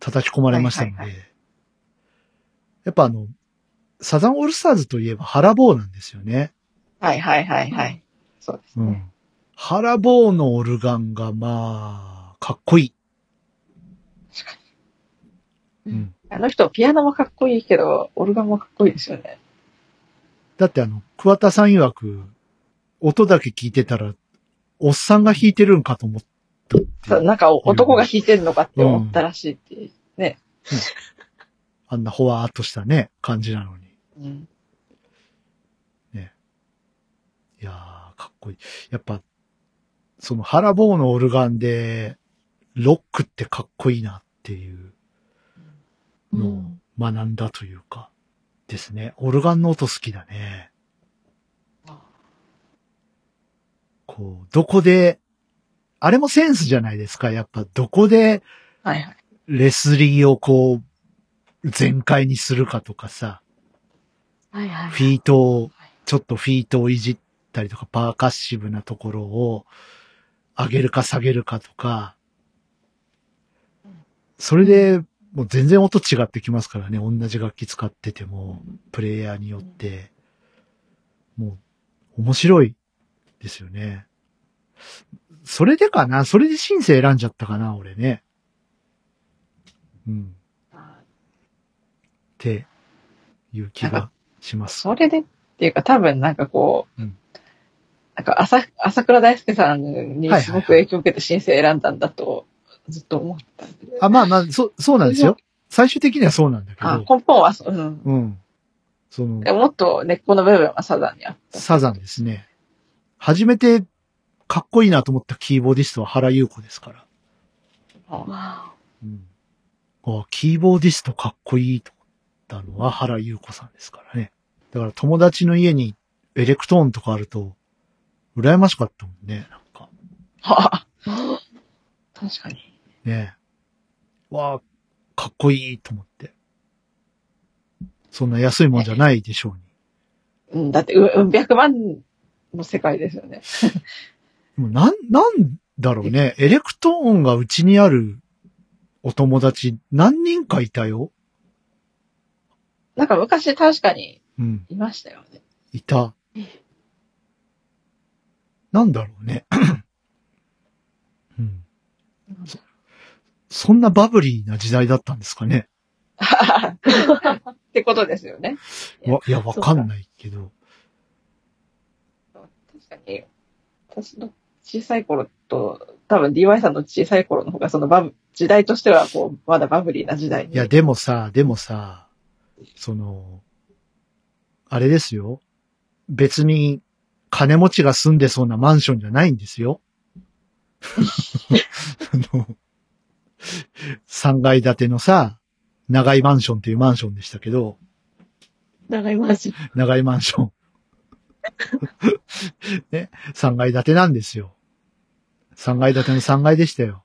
Speaker 1: 叩き込まれましたので、
Speaker 2: はいは
Speaker 1: やっぱあの、サザンオールスターズといえばハラボーなんですよね。
Speaker 2: はいはいはいはい。そうです
Speaker 1: う
Speaker 2: ね。
Speaker 1: ん。ハラボーのオルガンがまあ、かっこいい。うん。
Speaker 2: あの人、ピアノもかっこいいけど、オルガンもかっこいいですよね。
Speaker 1: だってあの、桑田さん曰く、音だけ聞いてたら、おっさんが弾いてるんかと思ったっていう
Speaker 2: そうなんか男が弾いてるのかって思ったらしいっていう。
Speaker 1: あんなほわーっとしたね、感じなのに。
Speaker 2: うん
Speaker 1: いやー、かっこいい。やっぱ、その、ハラボーのオルガンで、ロックってかっこいいなっていう
Speaker 3: う
Speaker 1: のを
Speaker 3: ん
Speaker 1: 学んだというか、ですね。オルガンの音好きだね。こう、どこで、あれもセンスじゃないですか。やっぱ、どこで
Speaker 2: はいはい。
Speaker 1: レスリーをこう、全開にするかとかさ、
Speaker 3: はいはい。
Speaker 1: フィートを、ちょっとフィートをいじったりとか、パーカッシブなところを上げるか下げるかとか、それでもう全然音違ってきますからね、同じ楽器使ってても、プレイヤーによって、もう面白いですよね。それでかなそれでシンセ選んじゃったかな俺ね。うん。っていう気がします。
Speaker 2: それでっていうか、多分なんかこう、
Speaker 1: うん
Speaker 2: なんか朝朝倉大輔さんにすごく影響を受けて申請選んだんだとずっと思ってたんで、
Speaker 1: あ、まあまあ、そう、そうなんですよ。最終的にはそうなんだけ
Speaker 2: あ
Speaker 1: ど、
Speaker 2: 根本はそう、うん。
Speaker 1: うん。その
Speaker 2: で、もっと根っこの部分はサザンにあった。
Speaker 1: サザンですね。初めて、かっこいいなと思ったキーボーディストは原優子ですから。
Speaker 2: あ
Speaker 3: わ
Speaker 1: うん。あキーボーディストかっこいいと思ったのは原優子さんですからね。だから友達の家にエレクトーンとかあると、羨ましかったもんね、なんか。
Speaker 2: あ
Speaker 3: あ
Speaker 2: [LAUGHS] 確かに。
Speaker 1: ねえ。わあ、かっこいいと思って。そんな安いもんじゃないでしょうに。
Speaker 2: うん、だって、う、うん、百万の世界ですよね。
Speaker 1: もうなん、なんだろうね。エレクトーンがうちにあるお友達何人かいたよ。
Speaker 2: なんか昔確かに
Speaker 1: うん、
Speaker 2: いましたよね。 [LAUGHS]
Speaker 1: いた。なんだろうね。うん。そそんなバブリーな時代だったんですかね。
Speaker 2: ってことですよね。
Speaker 1: わいや、わかんないけど。
Speaker 2: 確かに、私の小さい頃と、多分 DY さんの小さい頃の方が、そのバブ、時代としては、こう、まだバブリーな時代に。
Speaker 1: いや、でもさ、でもさ、その、あれですよ。別に金持ちが住んでそうなマンションじゃないんですよ。あの、3階建てのさ、長いマンションっていうマンションでしたけど、
Speaker 3: 長いマジ。
Speaker 1: 長いマンション。 [LAUGHS] ね、3階建てなんですよ。3階建ての3階でしたよ。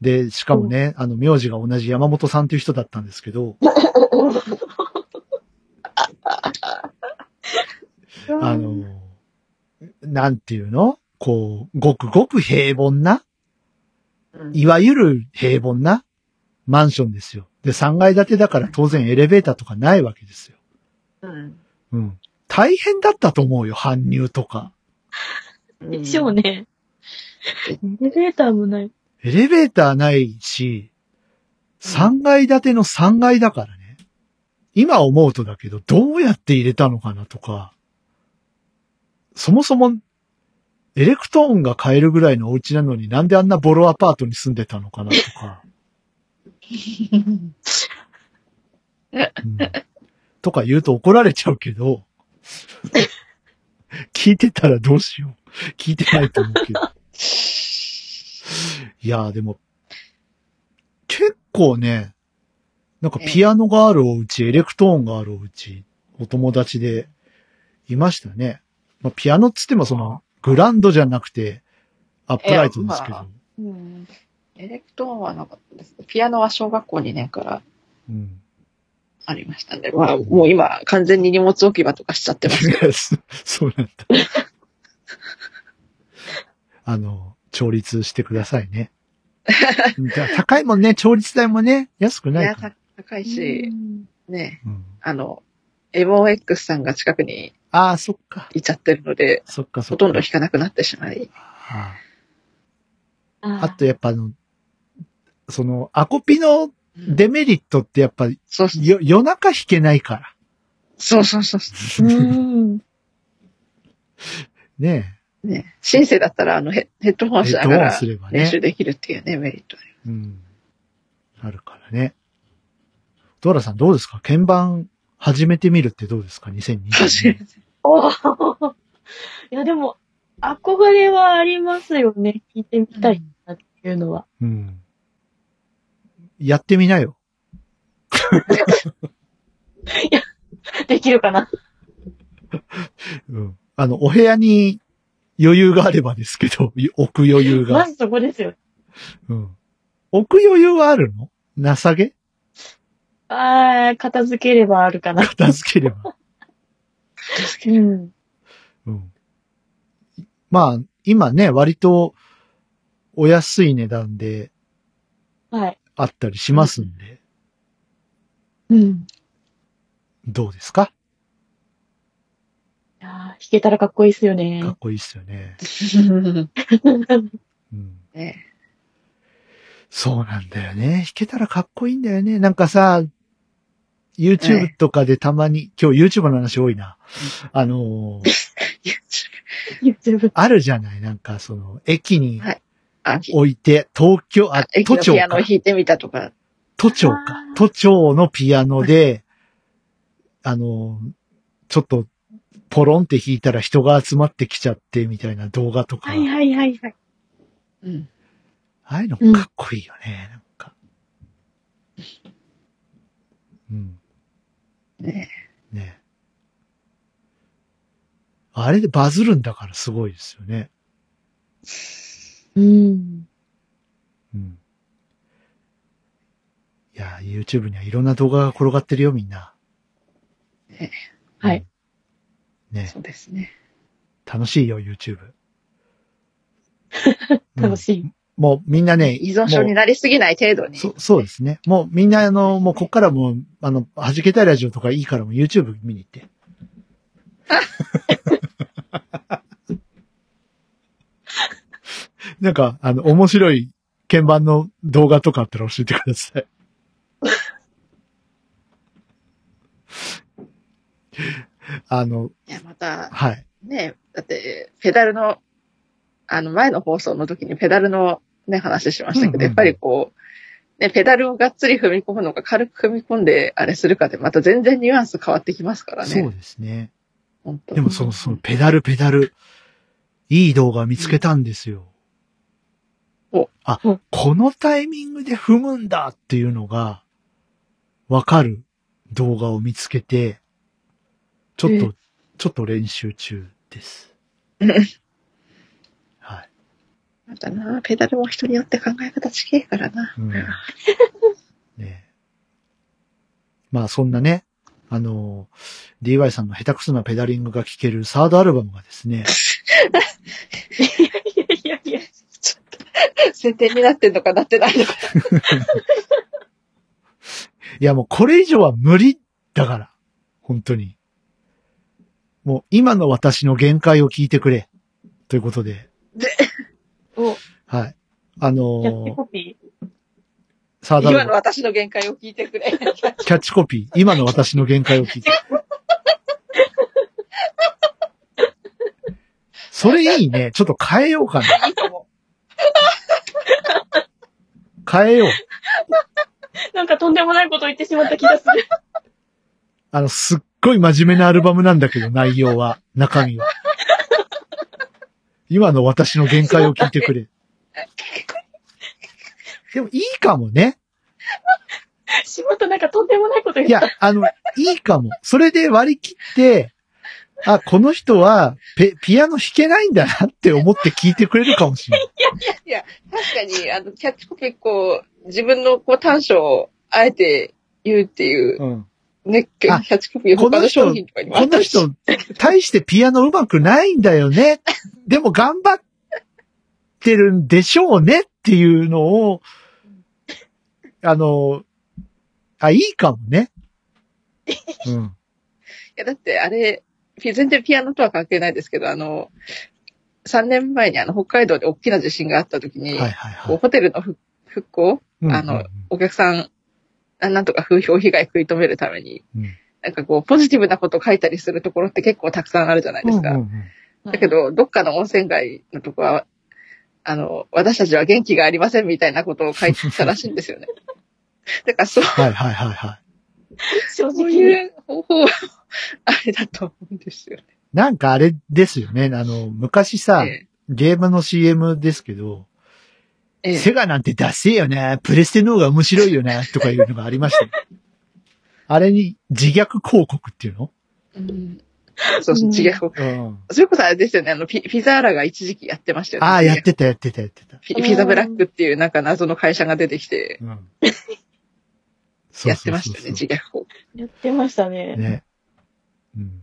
Speaker 1: で、しかもね、あの、名字が同じ山本さんという人だったんですけど、あの、なんていうのこう、ごくごく平凡な、
Speaker 2: うん、
Speaker 1: いわゆる平凡なマンションですよ。で、3階建てだから当然エレベーターとかないわけですよ。
Speaker 2: うん
Speaker 1: うん。大変だったと思うよ、搬入とか。
Speaker 3: でしょうね。エレベーターもない。
Speaker 1: エレベーターないし、3階建ての3階だからね。今思うとだけど、どうやって入れたのかなとか、そもそも、エレクトーンが買えるぐらいのお家なのになんであんなボロアパートに住んでたのかなとか、うんとか言うと怒られちゃうけど、聞いてたらどうしよう。聞いてないと思うけど。いやーでも、結構ね、なんかピアノがあるお家、エレクトーンがあるお家、お友達でいましたね。まあ、ピアノっつってもその、グランドじゃなくて、アップライトですけ
Speaker 2: いや
Speaker 1: ど。
Speaker 3: うん。
Speaker 2: エレクトーンはなかったです。ピアノは小学校2年から
Speaker 1: うん。
Speaker 2: ありましたね。まあ、もう今、完全に荷物置き場とかしちゃってますけど。
Speaker 1: そうなんだ。あの、調律してくださいね。じゃあ高いもんね、調律代もね、安く
Speaker 2: い
Speaker 1: ない
Speaker 2: や、
Speaker 1: から。
Speaker 2: た高いし、ね、
Speaker 1: うん、
Speaker 2: あの、エモ X さんが近くに
Speaker 1: ああ、そっか。
Speaker 2: いちゃってるので、
Speaker 1: そっか、そ
Speaker 2: ほ
Speaker 1: っか。
Speaker 2: とんど弾かなくなってしまい。
Speaker 1: あああ
Speaker 3: あ
Speaker 1: とやっぱあの、その、アコピのデメリットってやっぱ、よ
Speaker 2: そうそう
Speaker 1: 夜中弾けないから。
Speaker 2: そうそうそう。
Speaker 3: うん。
Speaker 1: ね
Speaker 2: ね、シンセだったら、あのヘ、ヘッドホンしな
Speaker 1: ヘ
Speaker 2: が
Speaker 1: ッドホン
Speaker 2: ら
Speaker 1: すればね
Speaker 2: 練習できるっていうね、メリットあり
Speaker 1: え。うん。あるからね。ドラさんどうですか鍵盤始めてみるってどうですか ?2020
Speaker 2: ます。
Speaker 1: 年。
Speaker 3: おーいや、でも、憧れはありますよね。聞いてみ
Speaker 2: [LAUGHS]
Speaker 3: たいなっていうのは。
Speaker 1: うん。やってみなよ。
Speaker 3: できるかな。
Speaker 1: うん。あの、お部屋に余裕があればですけど、 [LAUGHS] い置く余裕が
Speaker 3: ま。ずそこですよ。
Speaker 1: うん。置く余裕はあるのなさげ
Speaker 3: あー、片付ければあるかな。
Speaker 1: [LAUGHS] 片付ければ。
Speaker 3: うん。
Speaker 1: うん。まあ、今ね、割とお安い値段で
Speaker 3: はい。
Speaker 1: あったりしますんで、
Speaker 3: うん。
Speaker 1: どうですか
Speaker 3: いやー弾けたらかっこいいっすよね
Speaker 1: か。っこいいっすよね。うん。
Speaker 2: ね、
Speaker 1: そうなんだよね。弾けたらかっこいいんだよね。なんかさ、YouTube とかでたまに、今日 YouTube の話多いな。あのー
Speaker 3: YouTube。
Speaker 1: あるじゃないなんかその、駅に
Speaker 2: あ、ひ
Speaker 1: 置いて、東京、あ、
Speaker 2: 駅
Speaker 1: 都
Speaker 2: の
Speaker 1: 庁
Speaker 2: ピア
Speaker 1: か
Speaker 2: ノを。弾いてみたとか、
Speaker 1: 都庁か
Speaker 3: あ。
Speaker 1: 都庁のピアノで、あの、ちょっと、ポロンって弾いたら人が集まってきちゃってみたいな動画とか、
Speaker 3: はいはいはいはい。
Speaker 2: うん。
Speaker 1: ああいうのかっこいいよね、なんか。うん、
Speaker 2: ね、
Speaker 1: ね。あれでバズるんだからすごいですよね。
Speaker 3: うん。
Speaker 1: うん。いや、YouTube にはいろんな動画が転がってるよ、みんな。
Speaker 3: はい。
Speaker 1: ね。
Speaker 2: そうですね。
Speaker 1: 楽しいよ、YouTube。
Speaker 3: 楽しい。
Speaker 1: うんもうみんなね、
Speaker 2: 依存症になりすぎない程度
Speaker 1: もう
Speaker 2: に。
Speaker 1: そそうですね。もうみんな、あの、もうこっからもう、あの、弾けたいラジオとかいいからもう YouTube 見に行って。なんか、あの、面白い鍵盤の動画とかあったら教えてください。あの、
Speaker 2: いや、また、
Speaker 1: はい。
Speaker 2: ね、だって、ペダルの、あの、前の放送の時にペダルのね、話しましたけ
Speaker 1: うん
Speaker 2: ど、
Speaker 1: うん
Speaker 2: やっぱりこう、ね、ペダルをがっつり踏み込むのか、軽く踏み込んで、あれするかで、また全然ニュアンス変わってきますからね。
Speaker 1: そうですね。
Speaker 2: 本当
Speaker 1: でもその、その、ペダル、ペダル、いい動画見つけたんですよ。
Speaker 2: お
Speaker 1: あ
Speaker 3: お、
Speaker 1: このタイミングで踏むんだっていうのが、わかる動画を見つけて、ちょっと
Speaker 3: え、
Speaker 1: ちょっと練習中
Speaker 3: [LAUGHS]
Speaker 1: です。はい。
Speaker 2: またな、ペダルも人によって考え方違えからな。
Speaker 1: うん。ねえまあそんなね、あの、DY さんの下手くそなペダリングが聴けるサードアルバムがですね、
Speaker 3: いやいやいや。
Speaker 2: ちょっと、宣伝になってんのかなってないのか。
Speaker 1: いやもうこれ以上は無理だから。本当に。もう今の私の限界を聞いてくれ。ということで、
Speaker 3: [LAUGHS] お、
Speaker 1: はい。あ
Speaker 3: キャッチ
Speaker 1: の
Speaker 3: コピー。
Speaker 1: ー、サーダ
Speaker 2: 今の
Speaker 1: の
Speaker 2: 私の限界を聞いて
Speaker 1: [LAUGHS]
Speaker 2: くれ。
Speaker 1: キャッチコピー、今の私の限界を
Speaker 3: [LAUGHS]
Speaker 1: 聞いて。それいいね。ちょっと変えようかな。
Speaker 2: いいと思
Speaker 1: 変えよう。
Speaker 3: [LAUGHS] なんかとんでもないこと言ってしまった気がする。
Speaker 1: あの、すっごい真面目なアルバムなんだけど、内容は、中身は。今の私の限界を聞いてくれ。でもいいかもね。
Speaker 3: 仕事なんかとんでもないこと言っ
Speaker 1: いや、あの、いいかも。それで割り切って、あ、この人はペ、ピアノ弾けないんだなって思って聞いてくれるかもしれない。
Speaker 2: う。確かに、あの、キャッチコピー、こう、自分のこう短所をあえて言うっていう、
Speaker 1: うん。
Speaker 2: ね、キャ
Speaker 1: あ
Speaker 2: ッチコピー、
Speaker 1: こ
Speaker 2: 他
Speaker 1: の
Speaker 2: の
Speaker 1: 人
Speaker 2: 商品とかにもあ
Speaker 1: こ
Speaker 2: った
Speaker 1: の
Speaker 2: りし
Speaker 1: 人、大してピアノ上手くないんだよね。でも頑張ってるんでしょうねっていうのを、あの、あ、いいかもね。うん。
Speaker 2: いや、だってあれ、ピ全然ピアノとは関係ないですけど、あの、3年前にあの、北海道で大きな地震があった時
Speaker 1: は
Speaker 2: に、
Speaker 1: いはいは
Speaker 2: こう
Speaker 1: い。
Speaker 2: ホテルの復復興、
Speaker 1: うん
Speaker 2: あの、お客さん、あなんとか風評被害食い止めるために、
Speaker 1: うん
Speaker 2: なんかこう、ポジティブなこと書いたりするところって結構たくさんあるじゃないですか。
Speaker 1: うんうん
Speaker 3: た。
Speaker 2: だけど、どっかの温泉街のとこは、あの、私たちは元気がありませんみたいなことを書いてたらしいんです
Speaker 1: [LAUGHS]
Speaker 2: よね。だからそう
Speaker 1: はいはいはいはい。
Speaker 3: 正
Speaker 2: そう
Speaker 3: 直に。
Speaker 2: いう方法は、あれだと思うんですよね。
Speaker 1: なんかあれですよね。あの、昔さ、
Speaker 2: え
Speaker 1: ゲームの CM ですけど、
Speaker 2: えええ
Speaker 1: セガなんてダセえよね。プレステの方が面白いよね。とかいうのがありましたよ。あれに自虐広告っていうの
Speaker 2: うんそうそうう、
Speaker 3: ん
Speaker 2: 違う。
Speaker 1: うん。
Speaker 2: それこそあれですよね、あの、ピピザーラが一時期やってましたよね。
Speaker 1: ああ、やってた、やってた、やってた。
Speaker 2: ピピザブラックっていうなんか謎の会社が出てきて、
Speaker 1: うん。
Speaker 2: [LAUGHS] やってましたよ
Speaker 1: そうそ
Speaker 2: ね、自
Speaker 1: う
Speaker 2: 虐法。
Speaker 3: やってました
Speaker 1: そう
Speaker 3: ね。
Speaker 1: ね。うん。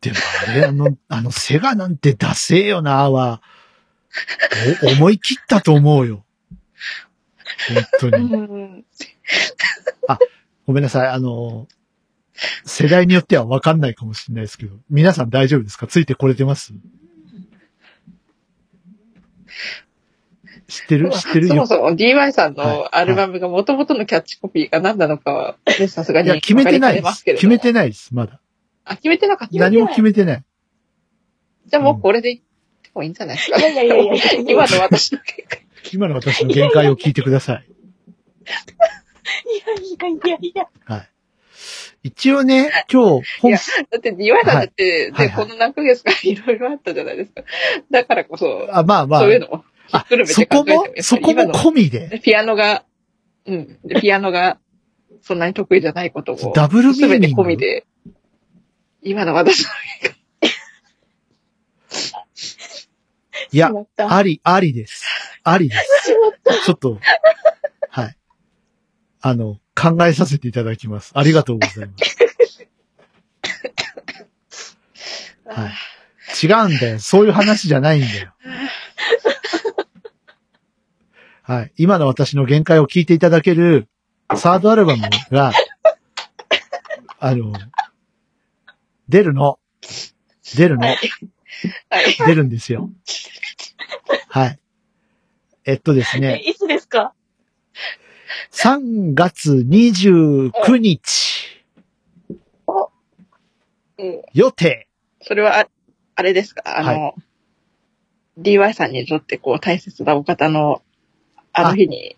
Speaker 1: でもあれ、あの、 [LAUGHS] あの、セガなんてダセえよな、は、お思い切ったと思うよ。本当
Speaker 3: う
Speaker 1: に。
Speaker 2: [LAUGHS]
Speaker 3: ん。
Speaker 1: ごめんなさい、あの、世代によってはわかんないかもしれないですけど、皆さん大丈夫ですかついてこれてます知ってる知ってる
Speaker 2: そも
Speaker 1: よ。
Speaker 2: そも DY さん
Speaker 1: はい
Speaker 2: のアルバムが元々のキャッチコピーが何なのかは、ねさすが
Speaker 1: い
Speaker 2: に
Speaker 1: や、決めてない
Speaker 2: 分かりかね
Speaker 1: で。
Speaker 2: ますすけれ
Speaker 1: 決
Speaker 2: ども
Speaker 1: めてないです、まだ。
Speaker 2: あ、決めてなかった。
Speaker 1: 何も決めてない。
Speaker 2: じゃあもうこれでいってもいいんじゃないですか。
Speaker 3: いやいやいやいや
Speaker 2: [LAUGHS] 今の私の結果。
Speaker 1: 今の私の限界を聞いてくだ
Speaker 2: [LAUGHS]
Speaker 1: さい。
Speaker 3: いやいやいや。
Speaker 1: はい。一応ね、今日、本
Speaker 2: いやだって DY さんだって、
Speaker 1: はい
Speaker 2: で、
Speaker 1: はい
Speaker 2: この何ヶ月かいろいろあったじゃないですか。だからこそ、
Speaker 1: あ、まあまあ
Speaker 2: そう、いうのもひっ
Speaker 1: あ
Speaker 2: くるめ
Speaker 1: そ
Speaker 2: て考
Speaker 1: こ
Speaker 2: えても
Speaker 1: も
Speaker 2: やっぱ、り
Speaker 1: そこも
Speaker 2: 今の
Speaker 1: 込みで、
Speaker 2: でピアノが、うん。でピアノが、そんなに得意じゃないことを、
Speaker 1: ダブルミーニング
Speaker 2: 全て込みで、今の私の
Speaker 1: いや
Speaker 3: しま、った。
Speaker 1: あり、ありです。ありです。
Speaker 3: しまった。
Speaker 1: ちょっと、はい。あの、考えさせていただきます。ありがとうございます。はい。違うんだよ。そういう話じゃないんだよ。はい。今の私の限界を聞いていただけるサードアルバムが、あの、出るの。出るの。
Speaker 2: はい。
Speaker 1: 出るんですよ。はい。えっとですね。
Speaker 3: いつですか
Speaker 1: 3月29日
Speaker 2: うん
Speaker 1: 予定。
Speaker 2: それはあ、あれですかあの、DY さんにとってこう大切なお方の、あの日に、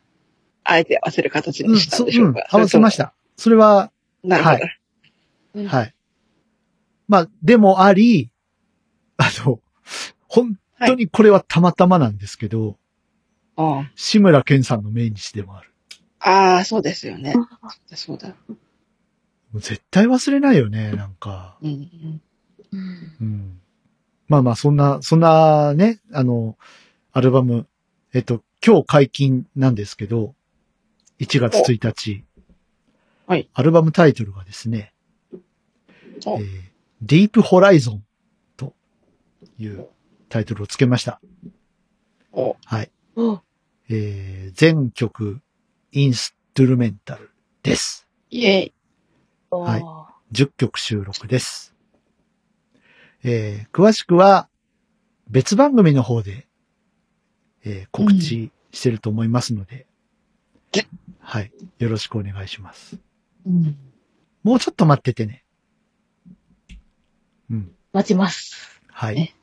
Speaker 2: あえて合わせる形
Speaker 1: うん、
Speaker 2: にした
Speaker 1: そ
Speaker 2: ん
Speaker 1: う
Speaker 2: でしょ
Speaker 1: う
Speaker 2: うんか、、。
Speaker 1: 合わせましたた。それは、
Speaker 2: なるほど。
Speaker 1: は
Speaker 3: うん
Speaker 1: はい。まあ、でもあり、あの、本当にこれはたまたまなんですけど、
Speaker 2: うん
Speaker 1: 志村けんさんの命日でもある。
Speaker 2: ああ、そうですよね。そうだそうだ。
Speaker 1: もう絶対忘れないよね、なんか。
Speaker 2: うんうん。
Speaker 1: うん。まあまあ、そんな、そんなね、あの、アルバム、えっと、今日解禁なんですけど、1月1日。
Speaker 2: はい。
Speaker 1: アルバムタイトルがですね、え
Speaker 2: お
Speaker 1: ー、ディープホライゾンというタイトルをつけました。
Speaker 2: お
Speaker 1: はい。
Speaker 3: お
Speaker 1: えー、全曲インストゥルメンタルです。
Speaker 2: イェイ。
Speaker 3: お
Speaker 1: はい10曲収録です。えー詳しくは別番組の方で、えー告知してると思いますので、はい。よろしくお願いします。
Speaker 3: うん。
Speaker 1: もうちょっと待っててね。うん。
Speaker 3: 待ちます。
Speaker 1: はい
Speaker 3: ね。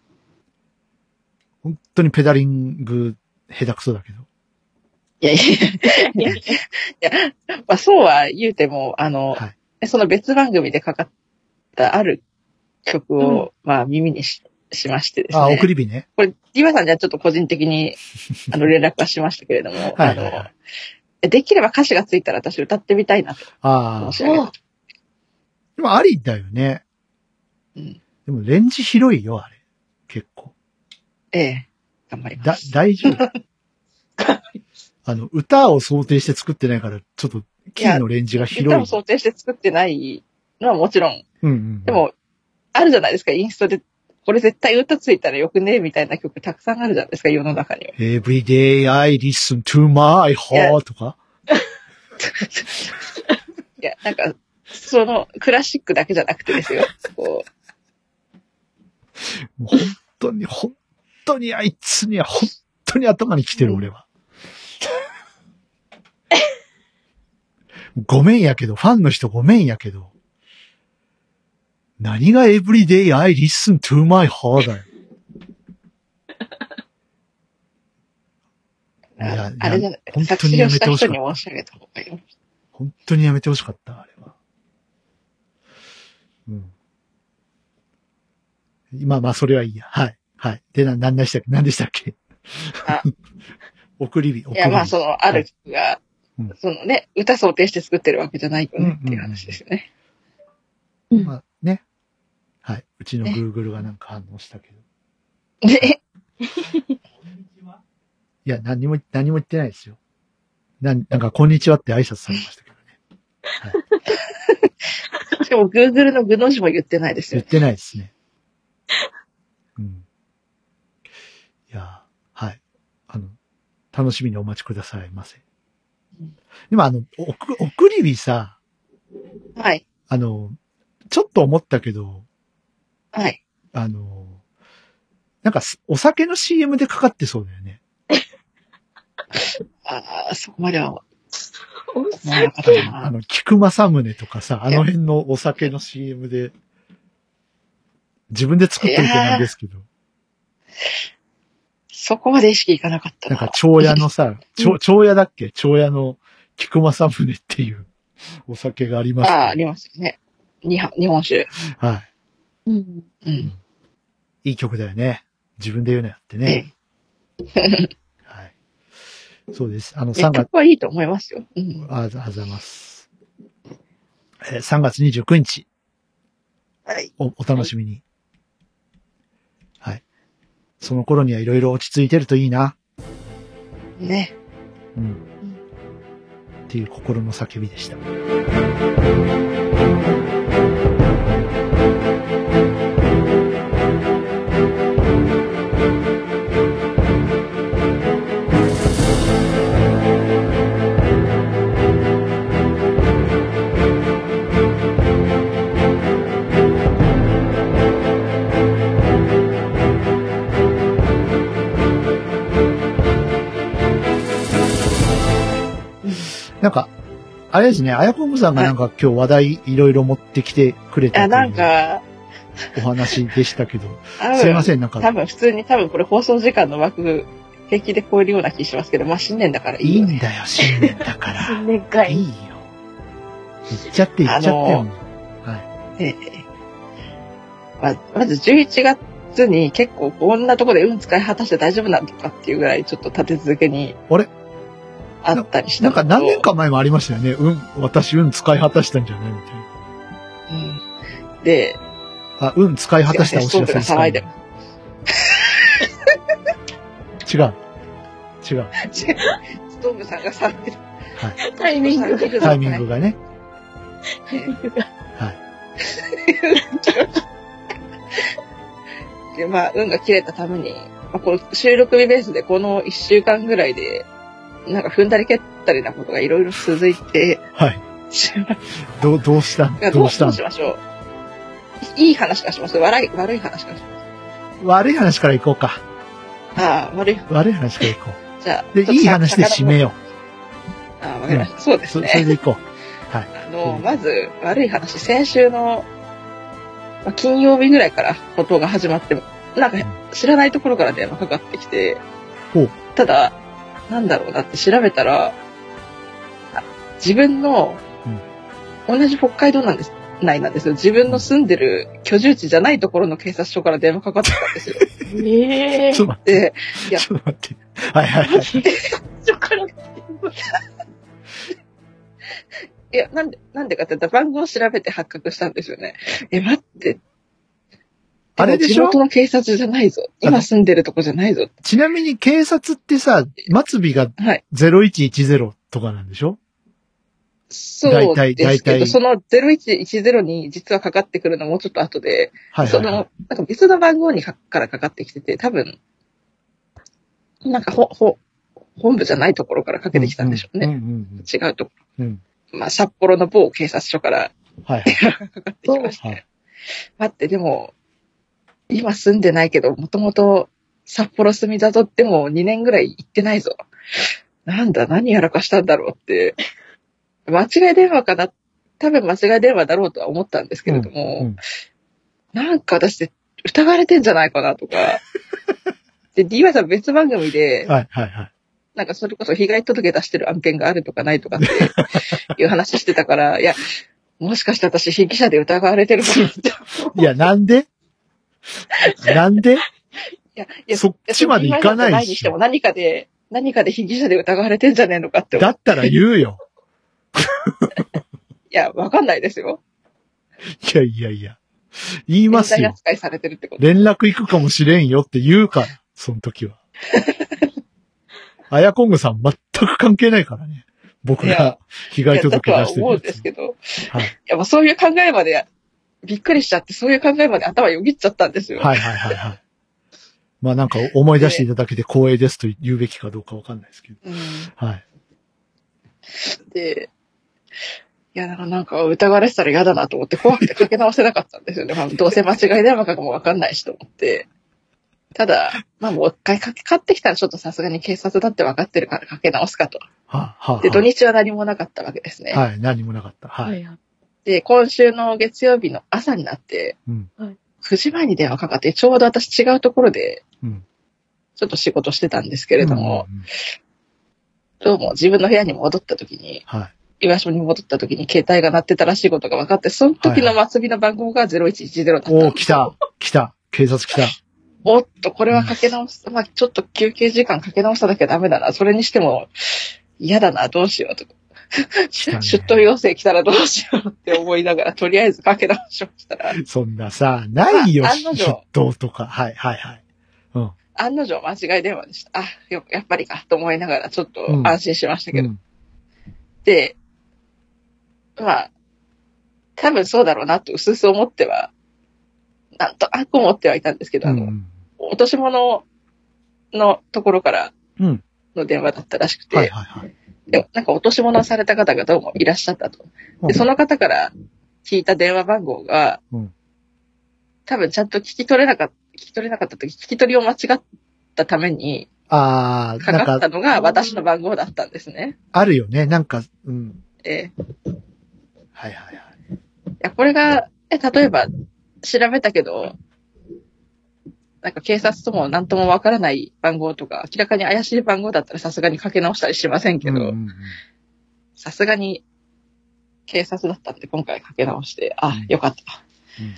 Speaker 1: 本当にペダリング下手くそだけど。
Speaker 2: いやいやいや、いや、まあそうは言うても、あの、
Speaker 1: はい
Speaker 2: その別番組でかかったある曲を、まあ耳にししましてですね。
Speaker 1: あ、送り火ね。
Speaker 2: これ、リバさんにはちょっと個人
Speaker 1: [LAUGHS]
Speaker 2: 的に、あの、連絡はしましたけれども、
Speaker 1: はいはいは
Speaker 2: あの、できれば歌詞がついたら私歌ってみたいなと
Speaker 1: あ
Speaker 2: 思
Speaker 1: あ
Speaker 2: っ。て
Speaker 3: お
Speaker 1: でもありだよね。
Speaker 2: うん
Speaker 1: でもレンジ広いよ、あれ。結構。
Speaker 2: ええ、頑張りま
Speaker 1: だ
Speaker 2: す。、
Speaker 1: 大丈夫。あの、歌を想定して作ってないから、ちょっと、キーのレンジが広
Speaker 2: 歌
Speaker 1: い。
Speaker 2: を想定して作ってないのはもちろん、
Speaker 1: うんうん。
Speaker 2: で、も、あるじゃないですか、インストで、これ絶対歌ついたらよくね、みたいな曲たくさんあるじゃないですか、世の中には。
Speaker 1: Every day I listen to my heart とか。
Speaker 2: いや、なんか、その、クラシックだけじゃなくてですよ。こう、
Speaker 1: もう本当に、本当にあいつには本当に頭に来てる、
Speaker 3: うん
Speaker 1: 俺は。ごめんやけど、ファンの人ごめんやけど。何が Everyday I listen to my heart だよ。いや
Speaker 2: ああれじゃない
Speaker 1: いや
Speaker 2: 作詞をした人に申し上げた方がいい。
Speaker 1: 本当にやめてほしかった、あれは。うん。今、まあ、それはいいや。はい。はい。で、な、何でしたっけ何でしたっけ
Speaker 2: あ
Speaker 1: [LAUGHS] 送り火、送り
Speaker 2: い
Speaker 1: 火。
Speaker 2: や、まあ、その、ある曲が
Speaker 1: うん、
Speaker 2: そのね、歌想定して作ってるわけじゃないよねっていう話ですよね。
Speaker 3: うん
Speaker 1: まあね。はい。うちの Google がなんか反応したけど。
Speaker 2: で、
Speaker 1: いや、何も、何も言ってないですよ。なん、なんか、こんにちはって挨拶されましたけどね。
Speaker 2: しかも Google の具の字も言ってないです
Speaker 1: 言っ
Speaker 2: よ。
Speaker 1: てないです
Speaker 2: [LAUGHS]
Speaker 1: ね。うん。いやー、はい。あの、楽しみにお待ちくださいませ
Speaker 2: うん。
Speaker 1: でもあの、おく、送り火さ、
Speaker 2: はい。
Speaker 1: あの、ちょっと思ったけど、
Speaker 2: はい。
Speaker 1: あの、なんかす、お酒の CM でかかってそうだよね。
Speaker 2: ああ、そこまでは思
Speaker 3: お
Speaker 2: わなかった
Speaker 1: あ
Speaker 2: な。
Speaker 1: の、菊正宗とかさ、あの辺のお酒の CM で、自分で作ってみてなんですけど、
Speaker 2: そこまで意識いかなかった
Speaker 1: なん
Speaker 2: な。
Speaker 1: か、蝶屋のさ、蝶、蝶屋だっけ蝶屋の菊正宗っていうお酒がありま
Speaker 2: あ
Speaker 1: す、
Speaker 2: あ、ありますよね。日本日本酒。
Speaker 1: は
Speaker 3: うん。
Speaker 2: うん。
Speaker 1: い。いい曲だよね。自分で言うなよってね。
Speaker 2: え
Speaker 1: はい。そうです。あの、
Speaker 2: え。え
Speaker 1: 3月、
Speaker 2: 曲はいいと思いますよ。うん。
Speaker 1: ああざあざます。えー3月29日、
Speaker 2: はい。
Speaker 1: お、お楽しみに。はい。その頃にはいろいろ落ち着いてるといいな。
Speaker 2: ね。
Speaker 1: うん。っていう心の叫びでした。なんか、あれですね、あやこむさんがなんか今日話題いろいろ持ってきてくれた
Speaker 2: あ、
Speaker 1: と
Speaker 2: なん
Speaker 1: いう
Speaker 2: か、
Speaker 1: お話でした [LAUGHS] けど、
Speaker 2: 多分
Speaker 1: すいません、なんか、
Speaker 2: 多分普通に多分これ放送時間の枠、平気で超えるような気しますけど、まあ新年だからい
Speaker 1: い
Speaker 2: い
Speaker 1: い
Speaker 2: よ
Speaker 1: ん
Speaker 2: ね。
Speaker 1: だよ、新年だ [LAUGHS] から。
Speaker 3: 年会。
Speaker 1: いいよ。言っちゃって、言っちゃって
Speaker 2: あ
Speaker 1: よ
Speaker 2: の。
Speaker 1: は
Speaker 2: ええまあ、まず11月に結構こんなとこで運使い果たして大丈夫なんとかっていうぐらいちょっと立て続けに
Speaker 1: あれ
Speaker 2: あったりし
Speaker 1: い。な
Speaker 2: た
Speaker 1: ん
Speaker 2: の
Speaker 1: か
Speaker 2: と
Speaker 1: 何年、か前もありましたよね。うん、私運使い果たしたんじゃないみたいな。
Speaker 2: うんで
Speaker 1: あ、運使い果たしたお知らせですか
Speaker 2: いや
Speaker 1: 違う。違 [LAUGHS] う。
Speaker 2: [LAUGHS] ストーブさんがさってる
Speaker 3: タイミングが。
Speaker 1: タイミングがね。
Speaker 3: タイミングが。
Speaker 2: でまあ運が切れたために、まあ、この収録日ベースでこの1週間ぐらいでなんか踏んだり蹴ったりなことがいろいろ続いて
Speaker 1: はい。
Speaker 2: しま
Speaker 1: どう、どうした
Speaker 2: う
Speaker 1: [LAUGHS] どうした
Speaker 2: ど
Speaker 1: の
Speaker 2: うしましょういい話かします悪い、悪い話かします
Speaker 1: 悪い話から行こうか。
Speaker 2: ああ、悪い。
Speaker 1: 悪い話から行こ
Speaker 2: じゃあ、
Speaker 1: う。で、いい話で締め
Speaker 2: よ
Speaker 1: よ
Speaker 2: う。ああ、わかりました。そう
Speaker 1: う。
Speaker 2: です
Speaker 1: [LAUGHS] そそれ
Speaker 2: ね。
Speaker 1: で行こ
Speaker 2: あの、まず、悪い話。先週の、まあ金曜日ぐらいから報道が始まって、なんか知らないところから電話かかってきて、
Speaker 1: ほう
Speaker 2: ただ、なんだろうなって調べたら、あ自分の、同じ北海道なんです、内なんですよ。自分の住んでる居住地じゃないところの警察署から電話かかってきたんですよ。
Speaker 3: え
Speaker 1: [LAUGHS]
Speaker 3: え
Speaker 1: う。ちょっと待って。
Speaker 2: で、いや
Speaker 1: ちょっと待って。はいはいはい。
Speaker 3: そっから
Speaker 2: いや、なんで、なんでかって言ったら番号を調べて発覚したんですよね。え、待って。
Speaker 1: あれでしょ
Speaker 2: も地元の警察じゃないぞ。
Speaker 1: あの
Speaker 2: 今住んでるとこじゃないぞ。
Speaker 1: [LAUGHS] ちなみに警察ってさ、末尾が
Speaker 2: はい。
Speaker 1: 0110とかなんでしょ
Speaker 2: そう
Speaker 1: 大体
Speaker 2: ですけ
Speaker 1: 大体
Speaker 2: ど、その0110に実はかかってくるのもうちょっと後で、
Speaker 1: はいは
Speaker 2: そ
Speaker 1: い、はい
Speaker 2: の、。なんか別の番号にかからかかってきてて、多分、なんかほ、ほ、本部じゃないところからかけてきたんでしょうね。
Speaker 1: うんうん
Speaker 2: 違うとこ。
Speaker 1: うん。うん。
Speaker 2: まあ、札幌の某警察署から
Speaker 1: はいはい。
Speaker 2: かかってきまし
Speaker 1: はい
Speaker 2: て。待って、でも、今住んでないけど、もともと札幌住みだとっても2年ぐらい行ってないぞ。なんだ、何やらかしたんだろうって。間違い電話かな多分間違い電話だろうとは思ったんですけれども、
Speaker 1: うんうん
Speaker 2: なんか私って疑われてんじゃないかなとか。で、DY さん別番組で、
Speaker 1: はいはいはい。
Speaker 2: なんかそれこそ被害届出してる案件があるとかないとかっていう話してたから、いや、もしかして私被疑者で疑われてるかなって。い
Speaker 1: いや、なんでなんで
Speaker 2: や、いや
Speaker 1: そっちまで行かないし
Speaker 2: やそれ被害者じゃにしても何かで、何かで被疑者で疑われてんじゃねえのかって思
Speaker 1: だ
Speaker 2: う。
Speaker 1: ったら言うよ。
Speaker 2: いや、わかんないですよ。
Speaker 1: いやいやいや。言い
Speaker 2: 冤
Speaker 1: ます
Speaker 2: 罪
Speaker 1: よ。
Speaker 2: 扱いされてるってこと。
Speaker 1: 連絡行くかもしれんよって言うから、その時
Speaker 2: [LAUGHS]
Speaker 1: は。あやこんぐさん全く関係ないからね。僕
Speaker 2: いや
Speaker 1: が被害
Speaker 2: いやだ
Speaker 1: 届
Speaker 2: と
Speaker 1: 出
Speaker 2: は
Speaker 1: してる
Speaker 2: 思う
Speaker 1: や
Speaker 2: んです
Speaker 1: つ。
Speaker 2: けど。
Speaker 1: はい
Speaker 2: いや、もうそういう考えまで、びっくりしちゃって、そういう考えまで頭よぎっちゃったん [LAUGHS] ですよ。
Speaker 1: はいはいはいはい。まあなんか思い出していただけて光栄ですと言うべきかどうかわかんないですけど。
Speaker 2: うん
Speaker 1: はい。
Speaker 2: で、いや、だからなんか疑われてたら嫌だなと思って怖くてかけ直せなかったんですよね。まあ、どうせ間違い電話かもわかんないしと思って。ただ、まあもう一回かけ、買ってきたらちょっとさすがに警察だって分かってるからかけ直すかと。
Speaker 1: はあ、はあ、
Speaker 2: で、土日は何もなかったわけですね。
Speaker 1: はい、何もなかった。は。
Speaker 3: はいいはい
Speaker 2: で、今週の月曜日の朝になって、
Speaker 1: うん
Speaker 3: はい
Speaker 2: 9時前に電話かかって、ちょうど私違うところで、
Speaker 1: うん
Speaker 2: ちょっと仕事してたんですけれども、
Speaker 1: うんうんうん
Speaker 2: どうも自分の部屋に戻った時に、
Speaker 1: はい。
Speaker 2: 岩所に戻った時に携帯が鳴ってたらしいことが分かって、その時の末尾の番号が0110だったんです
Speaker 1: おー、来た。来た。警察来た。
Speaker 2: おっと、これはかけ直
Speaker 1: [LAUGHS]
Speaker 2: す。まあ、ちょっと休憩時間かけ直さなきゃダメだな。それにしても、嫌だな、どうしようとか。
Speaker 1: たね
Speaker 2: 出頭要請来たらどうしようって思いながら、とりあえずかけ直しましたら、
Speaker 1: そんなさ、ないよ、
Speaker 2: あ案の定
Speaker 1: 出頭とか。はい、はい、はい。うん。
Speaker 2: 案の定間違い電話でした。あ、よやっぱりか、と思いながら、ちょっと
Speaker 1: うん
Speaker 2: 安心しましたけ
Speaker 1: う
Speaker 2: ど。
Speaker 1: ん、
Speaker 2: で、まあ、多分そうだろうなと、うすうす思っては、なんとなく思ってはいたんですけど、
Speaker 1: う
Speaker 2: あ
Speaker 1: ん
Speaker 2: の、落とし物のところから
Speaker 1: うん。
Speaker 2: の電話だったらしくて、
Speaker 1: はいはいはい。
Speaker 2: でもなんか落とし物をされた方がどうもいらっしゃったと。で、その方から聞いた電話番号が、
Speaker 1: うん
Speaker 2: 多分ちゃんと聞き取れなかった、聞き取れなかった時、聞き取りを間違ったために、
Speaker 1: あー、
Speaker 2: か
Speaker 1: な
Speaker 2: かっ
Speaker 1: んか
Speaker 2: た、のが私の番号だったんですね。
Speaker 1: あるよね。なんか、うん。
Speaker 2: えーい
Speaker 1: はいはいはい。
Speaker 2: や、これが、え、例えば、調べたけど、なんか警察とも何ともわからない番号とか、明らかに怪しい番号だったらさすがにかけ直したりしませんけど、
Speaker 1: うんうんうん
Speaker 2: さすがに警察だったんで今回かけ直して、あ
Speaker 1: うん、
Speaker 2: よかった。
Speaker 1: うん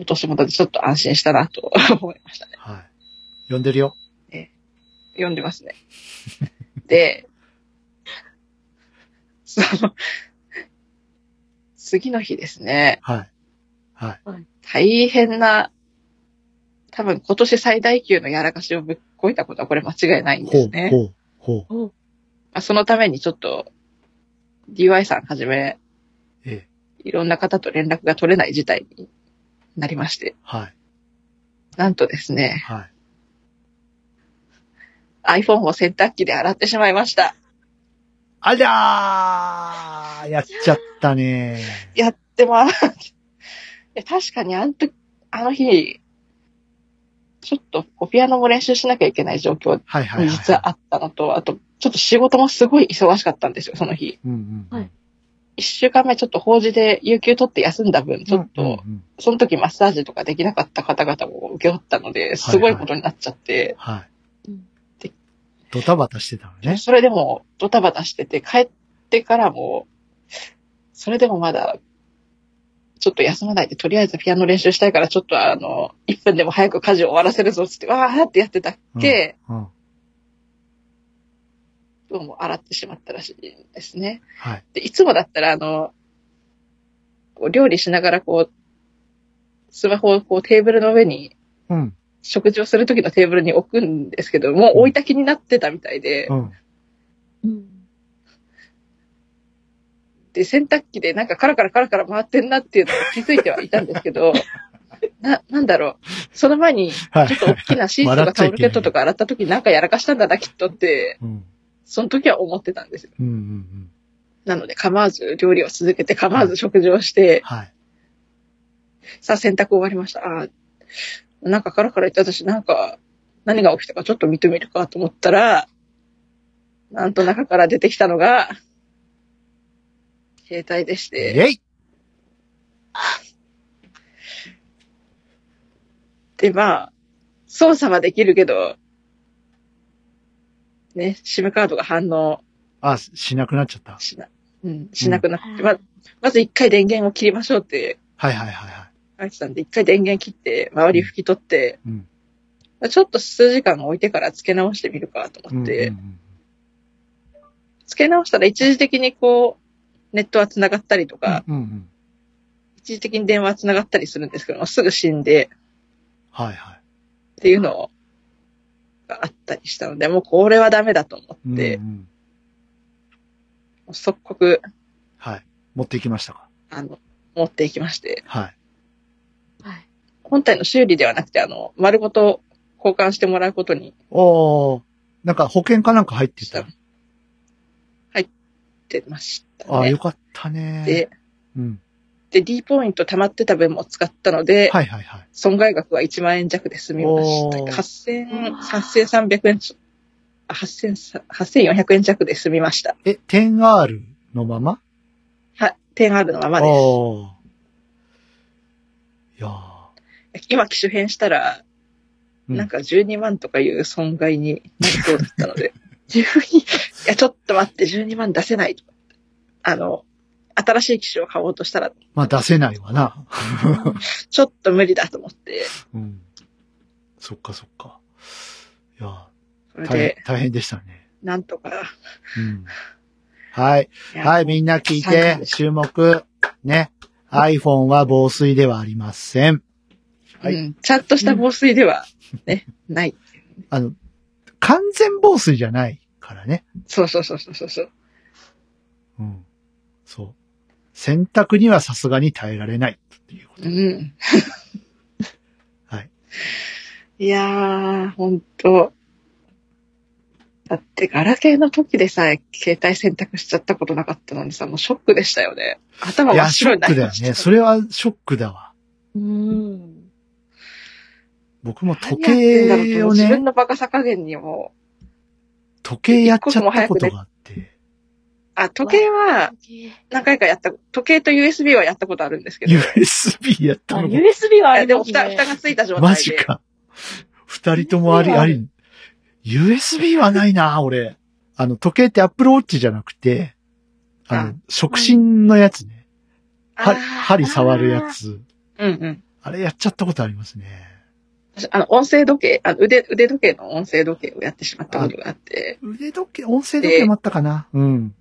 Speaker 2: 落とし物でちょっと安心したなと [LAUGHS] 思いましたね。
Speaker 1: はい。呼んでるよ。
Speaker 2: 読ん
Speaker 1: [LAUGHS]
Speaker 2: でますね。で、その、次の日ですね、
Speaker 1: はい。はい。
Speaker 2: 大変な、多分今年最大級のやらかしをぶっこいたことはこれ間違いないんで
Speaker 1: ほ
Speaker 2: す
Speaker 1: う
Speaker 2: ね。、
Speaker 1: ほう、ほう。
Speaker 2: まあ、そのためにちょっと、DY さんはじめ、
Speaker 1: ええ。
Speaker 2: いろんな方と連絡が取れない事態になりまして、
Speaker 1: はい。
Speaker 2: なんとですね、
Speaker 1: はい。
Speaker 2: iPhone を洗濯機で洗ってしまいました。
Speaker 1: ありゃーやっちゃったね
Speaker 2: やってまーす。や確かにあの時、あの日、ちょっとこうピアノも練習しなきゃいけない状況
Speaker 1: はいはいはい。
Speaker 2: に実はあったのと、あと、ちょっと仕事もすごい忙しかったんですよ、その日。
Speaker 1: うんうん。
Speaker 3: はい
Speaker 2: 一週間目ちょっと法事で有給取って休んだ分、ちょっと、
Speaker 1: うんうん
Speaker 2: その時マッサージとかできなかった方々も受け負ったので、すごいことになっちゃって、
Speaker 1: はい
Speaker 3: うん。
Speaker 1: ドタバタしてたのね。
Speaker 2: それでもドタバタしてて、帰ってからも、それでもまだ、ちょっと休まないで、とりあえずピアノ練習したいから、ちょっとあの、1分でも早く家事を終わらせるぞっつって、わーってやってたっけ、
Speaker 1: うん。
Speaker 2: どうも洗ってしまったらしいんですね。
Speaker 1: はい。
Speaker 2: で、いつもだったら、あの、こう料理しながらこう、スマホをこうテーブルの上に
Speaker 1: うん。
Speaker 2: 食事をする時のテーブルに置くんですけど、もう置いた気になってたみたいで
Speaker 1: う、ん。
Speaker 3: うん。
Speaker 2: で、洗濯機でなんかカラカラカラカラ回ってんなっていうのを気づいてはいたんですけど、な、なんだろう。その前に、ちょ
Speaker 1: は
Speaker 2: っ
Speaker 1: い
Speaker 2: と大きなシーツと
Speaker 1: 笑っ
Speaker 2: か
Speaker 1: ちゃ
Speaker 2: タ
Speaker 1: い
Speaker 2: オ
Speaker 1: けない
Speaker 2: ルケットとか洗った時なんかやらかしたんだな、きっとって、
Speaker 1: うん。
Speaker 2: その時は思ってたんですよ。
Speaker 1: うんうんうん。
Speaker 2: なので、構わず料理を続けて、構わず食事をして、
Speaker 1: はい。
Speaker 2: さあ洗濯終わりました。あーなんかカラカラ言った私、なんか、何が起きたかちょっと見てみるかと思ったら、なんと中から出てきたのが、携帯でし
Speaker 1: イ
Speaker 2: て、
Speaker 1: ェイ
Speaker 2: で、まあ、操作はできるけど、ね、SIM カードが反応
Speaker 1: あ、しなくなっちゃった。
Speaker 2: しな、うん、しなくなって、
Speaker 3: うん
Speaker 2: ま、まず一回電源を切りましょうって
Speaker 1: はいはいはいはい。
Speaker 2: 書いてたんで、一回電源切って、周り拭き取って、
Speaker 1: うん。
Speaker 2: ちょっと数時間置いてから付け直してみるかと
Speaker 1: うん
Speaker 2: 思
Speaker 1: う
Speaker 2: っ
Speaker 1: ん
Speaker 2: て、
Speaker 1: うん。
Speaker 2: 付け直したら一時的にこう、ネットは繋がったりとか、
Speaker 1: うんうん。
Speaker 2: 一時的に電話は繋がったりするんですけども、すぐ死んで
Speaker 1: はいはい。
Speaker 2: っていうのがあったりしたので、もうこれはダメだと思
Speaker 1: うんう
Speaker 2: っ
Speaker 1: ん
Speaker 2: て、もう即刻、
Speaker 1: はい。持っていきましたか
Speaker 2: あの、持っていきまして、
Speaker 1: はい。
Speaker 3: はい。
Speaker 2: 本体の修理ではなくて、あの、丸ごと交換してもらうことに
Speaker 1: おー。なんか保険かなんか入って
Speaker 2: した
Speaker 1: た
Speaker 2: の。入ってました
Speaker 1: あー
Speaker 2: ね
Speaker 1: よ。かったね
Speaker 2: で。、
Speaker 1: うん。
Speaker 2: で、D ポイント溜まってた分も使ったので、
Speaker 1: はいはいはい。
Speaker 2: 損害額は1万円弱で済みまし
Speaker 1: おー
Speaker 2: た。8000、8300円ちょ、あ8000 8400円弱で済みました。
Speaker 1: え、10R のまま
Speaker 2: は、点あるのままで
Speaker 1: おー。いやー。
Speaker 2: す。今機種変したら、
Speaker 1: うん
Speaker 2: なんか12万とかいう損害になりそうだったので、 [LAUGHS]
Speaker 3: 十二。
Speaker 2: いや、ちょっと待って、12万出せないとかあの、新しい機種を買おうとしたら、
Speaker 1: まあ出せないわな。
Speaker 2: ちょっと無理だと思って、
Speaker 1: うん。そっかそっか。いやー、
Speaker 2: それ
Speaker 1: 大変
Speaker 2: で、
Speaker 1: 大変でしたね。
Speaker 2: なんとか。
Speaker 1: うん。はい。はい、みんな聞い
Speaker 2: 参加
Speaker 1: て
Speaker 2: で、した
Speaker 1: 注目。ね。iPhone は防水ではありません。はい
Speaker 2: うん、ちゃんとした防水では、ね、ない。
Speaker 1: あの、完全防水じゃないからね。
Speaker 2: そうそうそうそうそうそう。
Speaker 1: うん。そう。洗濯にはさすがに耐えられない。っていうこと。
Speaker 2: うん。
Speaker 1: はい。
Speaker 2: いやー、ほんと。だって、ガラケーの時でさえ、携帯選択しちゃったことなかったのにさ、もうショックでしたよね。頭
Speaker 1: い
Speaker 2: 真
Speaker 1: や、
Speaker 2: っ
Speaker 1: ショ
Speaker 2: 白
Speaker 1: ッ
Speaker 2: にな
Speaker 1: ク
Speaker 2: り
Speaker 1: だよ
Speaker 2: ました。
Speaker 1: ね。それはショックだわ。
Speaker 3: うん。
Speaker 1: 僕も時
Speaker 2: 何やってんだろうって
Speaker 1: 計を
Speaker 2: 自
Speaker 1: ね
Speaker 2: 分、のバカさ加減にも、
Speaker 1: 時計やっちゃったことがあって、
Speaker 2: あ、時計は何回かやった、時計と USB はやったことあるんですけど、い
Speaker 1: USB やった
Speaker 3: あ、
Speaker 1: のが
Speaker 3: USB はあ
Speaker 2: や
Speaker 3: り
Speaker 2: で
Speaker 3: ま
Speaker 2: も
Speaker 3: す
Speaker 2: 蓋、
Speaker 3: ね
Speaker 2: 蓋。がついた状態で。
Speaker 1: マジ。か。二人ともあり、あり。USB はないな、俺。あの、時計ってアップルウォッチじゃなくて、あの
Speaker 2: あ、
Speaker 1: 触診のやつね。
Speaker 2: あ
Speaker 1: は
Speaker 2: ー
Speaker 1: 針触るやつ。
Speaker 2: うんうん。
Speaker 1: あれやっちゃったことありますね。
Speaker 2: 私あの、音声時計、あの腕、腕時計の音声時計をやってしまったことがあって。
Speaker 1: 腕時計、音声時計もあったかな。うん。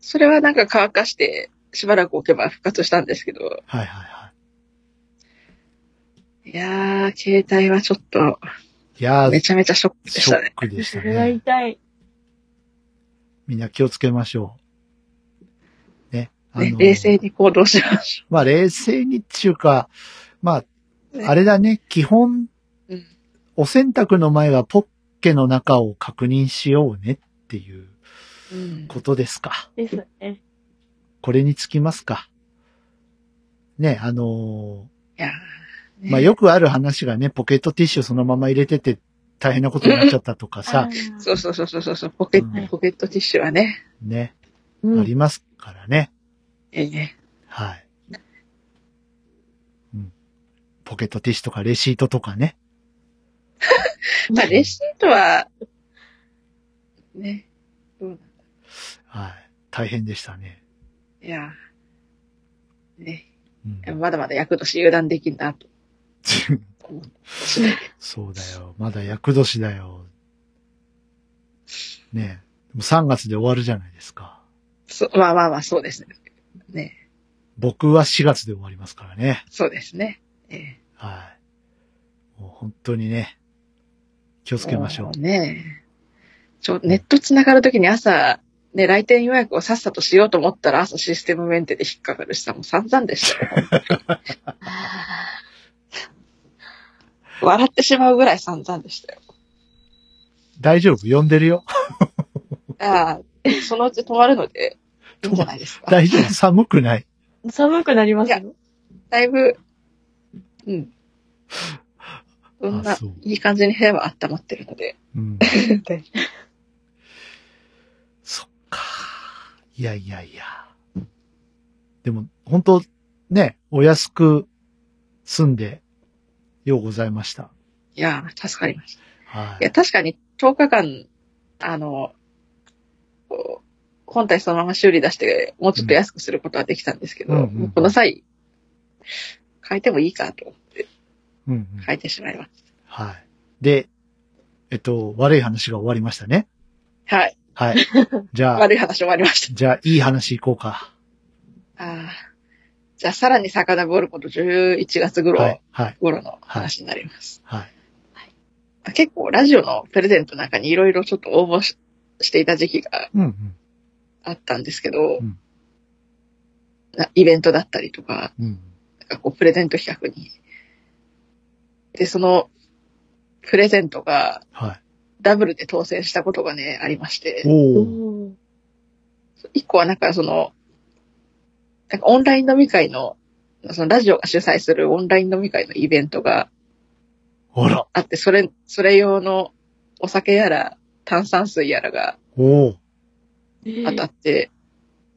Speaker 2: それはなんか乾かして、しばらく置けば復活したんですけど、
Speaker 1: はいはいはい
Speaker 2: やー、携帯はちょっと、
Speaker 1: い。いや
Speaker 2: め
Speaker 1: ー、
Speaker 2: ちゃめちゃショックでし
Speaker 1: シ
Speaker 2: た
Speaker 1: ョッ
Speaker 2: ね。
Speaker 1: クでした
Speaker 3: それは
Speaker 1: ね。
Speaker 3: 痛い。
Speaker 1: みんな気をつけましょう。ね。あ
Speaker 2: ね
Speaker 1: の、
Speaker 2: 冷静に行動しまし
Speaker 1: まあ冷静にっていうか、ま
Speaker 2: ね
Speaker 1: あ、あれだね、基本
Speaker 2: うん、
Speaker 1: お洗濯の前はポッケの中を確認しようねっていう
Speaker 2: ょう。うん
Speaker 1: ことですか。
Speaker 3: ですね。
Speaker 1: これにつきますか。ね、あの
Speaker 2: いやー、
Speaker 1: ー
Speaker 2: ね
Speaker 1: まあ、よくある話がね、ポケットティッシュそのまま入れてて大変なことになっちゃったとかさ、
Speaker 3: ー
Speaker 2: そうそうそうそうそうそう、ポケット、
Speaker 1: うん
Speaker 2: ポケットティッシュはね、
Speaker 1: ね、
Speaker 3: うん
Speaker 1: ありますからね。
Speaker 2: ええ
Speaker 1: はい。うん。ポケットティッシュとかレシートとかね。
Speaker 2: まあ、レシートは、ね、どうなん
Speaker 1: はい。大変でしたね。
Speaker 2: いやー、ね、
Speaker 1: うん、
Speaker 2: まだまだ役年油断できんなと思って。
Speaker 1: そうだよ。まだ厄年だよ。ねえ。でも3月で終わるじゃないですか。
Speaker 2: そうまあまあまあ、そうですね。ね、
Speaker 1: 僕は4月で終わりますからね。
Speaker 2: そうですね。ええ
Speaker 1: はい。もう本当にね、気をつけましょう
Speaker 2: も。ねちょ、ネット繋がるときに朝、ね、来店予約をさっさとしようと思ったら朝システムメンテで引っかかるしさ、もう散々でしたよ。
Speaker 1: [LAUGHS]
Speaker 2: 笑ってしまうぐらい散々でしたよ。
Speaker 1: 大丈夫呼んでるよ。
Speaker 2: ああ、そのうち止まるので、いいんじゃないですか。
Speaker 1: 大丈夫寒くない。
Speaker 3: 寒くなりますよ。
Speaker 2: だいぶ、うん。そん
Speaker 1: あ
Speaker 2: な
Speaker 1: そう、
Speaker 2: いい感じに部屋は温まってるので。
Speaker 1: うん。
Speaker 2: 大丈
Speaker 1: [LAUGHS] そっか。いやいやいや。でも、本当ね、お安く住んで、ようございました。
Speaker 2: いやー、助かりました。
Speaker 1: はいい。
Speaker 2: や、確かに10日間、あの、こう本体そのまま修理出して、もうちょっと安くすることはできたんですけど、
Speaker 1: うんうんうん
Speaker 2: もうこの際、変えてもいいかと、
Speaker 1: うん、うん。
Speaker 2: 変えてしまいまし
Speaker 1: はい。で、えっと、悪い話が終わりましたね。
Speaker 2: た。はい。
Speaker 1: [LAUGHS] はい。じゃあ、
Speaker 2: 悪い話終わりまし
Speaker 1: じゃあ、いい話行こうか。
Speaker 2: た。あーじゃあ、さらに遡ること11月頃、
Speaker 1: はい。はい。
Speaker 2: 頃の話になります。
Speaker 1: はい。
Speaker 2: 結構、ラジオのプレゼントなんかにいろいろちょっと応募ししていた時期が
Speaker 1: うん、うん。
Speaker 2: あったんですけど、
Speaker 1: うん
Speaker 2: なイベントだったりとか、
Speaker 1: うん。
Speaker 2: なんかこう、プレゼント企画に。で、その、プレゼントが
Speaker 1: はい。
Speaker 2: ダブルで当選したことがね、ありまして、
Speaker 1: おー。
Speaker 3: おー
Speaker 2: 一個はなんかその、なんかオンライン飲み会の、そのラジオが主催するオンライン飲み会のイベントが
Speaker 1: あら。
Speaker 2: あって、それ、それ用のお酒やら炭酸水やらが
Speaker 1: おー。
Speaker 2: 当たって、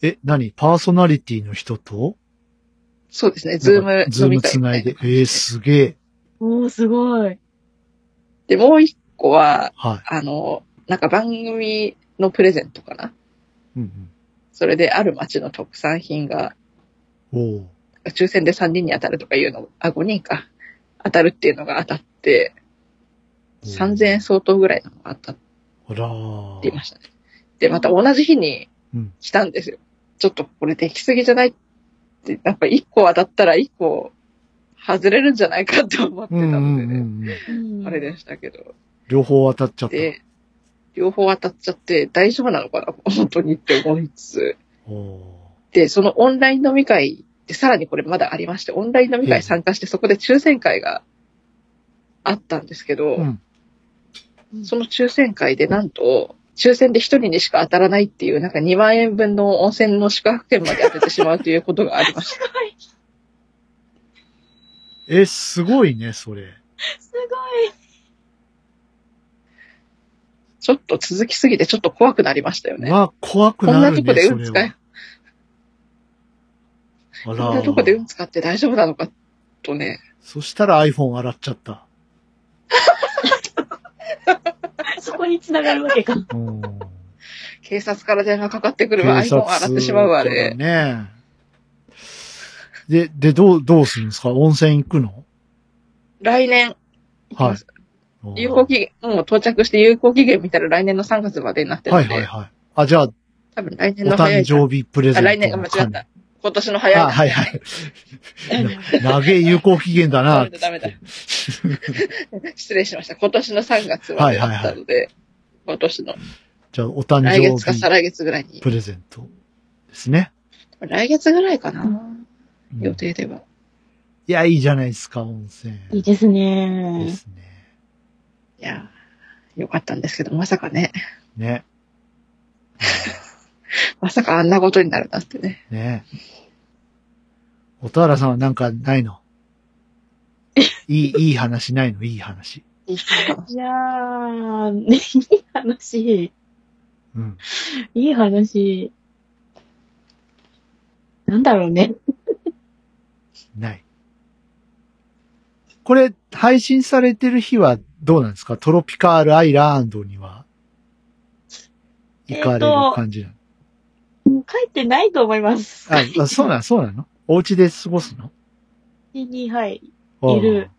Speaker 1: え、何パーソナリティの人と
Speaker 2: そうですね、ズー
Speaker 1: なん
Speaker 2: ム
Speaker 1: かズー
Speaker 2: 飲み
Speaker 1: ム
Speaker 2: 会
Speaker 1: つ
Speaker 2: みた
Speaker 1: ないい
Speaker 2: な
Speaker 1: で。えー、すげえ。
Speaker 3: おーすごい。
Speaker 2: で、もう一個は、
Speaker 1: は
Speaker 2: あの、なんか番組のプレゼントかな。
Speaker 1: い。うん、
Speaker 2: それである町の特産品が
Speaker 1: うん。おー。
Speaker 2: 抽選で3人に当たるとかいうの、あ、5人か。当たるっていうのが当たって、3000円相当ぐらいのが当たっ
Speaker 1: あらー
Speaker 2: ていましたね。で、また同じ日に
Speaker 1: うん
Speaker 2: 来たんですよ。ちょっとこれできすぎじゃないって、やっぱ1個当たったら1個外れるんじゃないかって思って
Speaker 1: うん
Speaker 2: た
Speaker 1: うん
Speaker 2: の
Speaker 1: う
Speaker 2: で
Speaker 1: ん
Speaker 2: ね。
Speaker 1: うん。
Speaker 3: うん
Speaker 2: あれ
Speaker 3: [LAUGHS]
Speaker 2: でしたけど。
Speaker 1: 両方当たっちゃった。
Speaker 2: で、両方当たっちゃって大丈夫なのかな本当にって思いつつ。
Speaker 1: おー。
Speaker 2: で、そのオンライン飲み会で、さらにこれまだありまして、オンライン飲み会参加して、そこで抽選会があったんですけど、
Speaker 1: うん。
Speaker 2: その抽選会でなんと、抽選で一人にしか当たらないっていう、なんか2万円分の温泉の宿泊券まで当ててしまうということがあり
Speaker 1: [LAUGHS]
Speaker 2: ました。
Speaker 1: え、すごいね、それ。
Speaker 3: すご
Speaker 2: ちょっと続きすぎてちょっと怖くなりましたよね。
Speaker 1: まあ、怖く
Speaker 2: こん
Speaker 1: な
Speaker 2: な
Speaker 1: る
Speaker 2: とこ
Speaker 1: ね、
Speaker 2: で
Speaker 1: そ
Speaker 2: 運
Speaker 1: れ
Speaker 2: 使い
Speaker 1: は。、あ
Speaker 2: こん
Speaker 1: ら
Speaker 2: なとこで運使って大丈夫なのかとね、
Speaker 1: そしたら iPhone 洗っちゃった。
Speaker 3: い。そこに繋がるわけか。
Speaker 2: [LAUGHS]
Speaker 1: うん。
Speaker 2: 警察から電話かかってくるわ、iPhone 洗ってしまうわ、あれ。
Speaker 1: ね。で、で、どう、どうするんですか温泉行くの
Speaker 2: 来年、
Speaker 1: はい。
Speaker 2: 有効期限、もう到着して有効期限見たら来年の3月までになってる
Speaker 1: はい
Speaker 2: ので、
Speaker 1: はいはい。あ、じゃあ、
Speaker 2: 多分来
Speaker 1: お
Speaker 2: 年の早
Speaker 1: 誕
Speaker 2: い段
Speaker 1: 生日プレゼント。
Speaker 2: あ、来年、間違った。。今年の早
Speaker 1: あ、
Speaker 2: い段
Speaker 1: はい
Speaker 2: [LAUGHS]
Speaker 1: はい。な長え有効期限だな。
Speaker 2: ダメだダメだ失礼しました。今年の3月ま
Speaker 1: はい
Speaker 2: で
Speaker 1: はい
Speaker 2: だ
Speaker 1: はい
Speaker 2: ったので、今年の
Speaker 1: じゃあ、お誕
Speaker 2: 来
Speaker 1: 生
Speaker 2: 月か再
Speaker 1: 日
Speaker 2: 来月ぐらいに。
Speaker 1: プレゼントですね。
Speaker 2: 来月ぐらいかな、
Speaker 1: うん
Speaker 2: 予定では。
Speaker 1: いや、いいじゃないですか、温泉。
Speaker 3: [LAUGHS] いいです
Speaker 1: で
Speaker 3: ね。
Speaker 1: すね。
Speaker 2: いやー、よかったんですけど、まさかね、
Speaker 1: ね。
Speaker 2: まさかあんなことになるなんてね。
Speaker 1: ね。音原さんはなんかない
Speaker 2: [LAUGHS]
Speaker 1: のいい、いい話ないのいい話。
Speaker 2: いいか
Speaker 3: いやー、ね、いい話、
Speaker 1: うん。
Speaker 3: いい話。なんだろうね。
Speaker 1: ない。これ、配信されてる日はどうなんですかトロピカールアイランドには行かれる感じなの、
Speaker 3: もう書いてないと思います。
Speaker 1: ああ、そうなのそうなのお家で過ごすの
Speaker 3: 家に、はい、
Speaker 1: ああ
Speaker 3: いる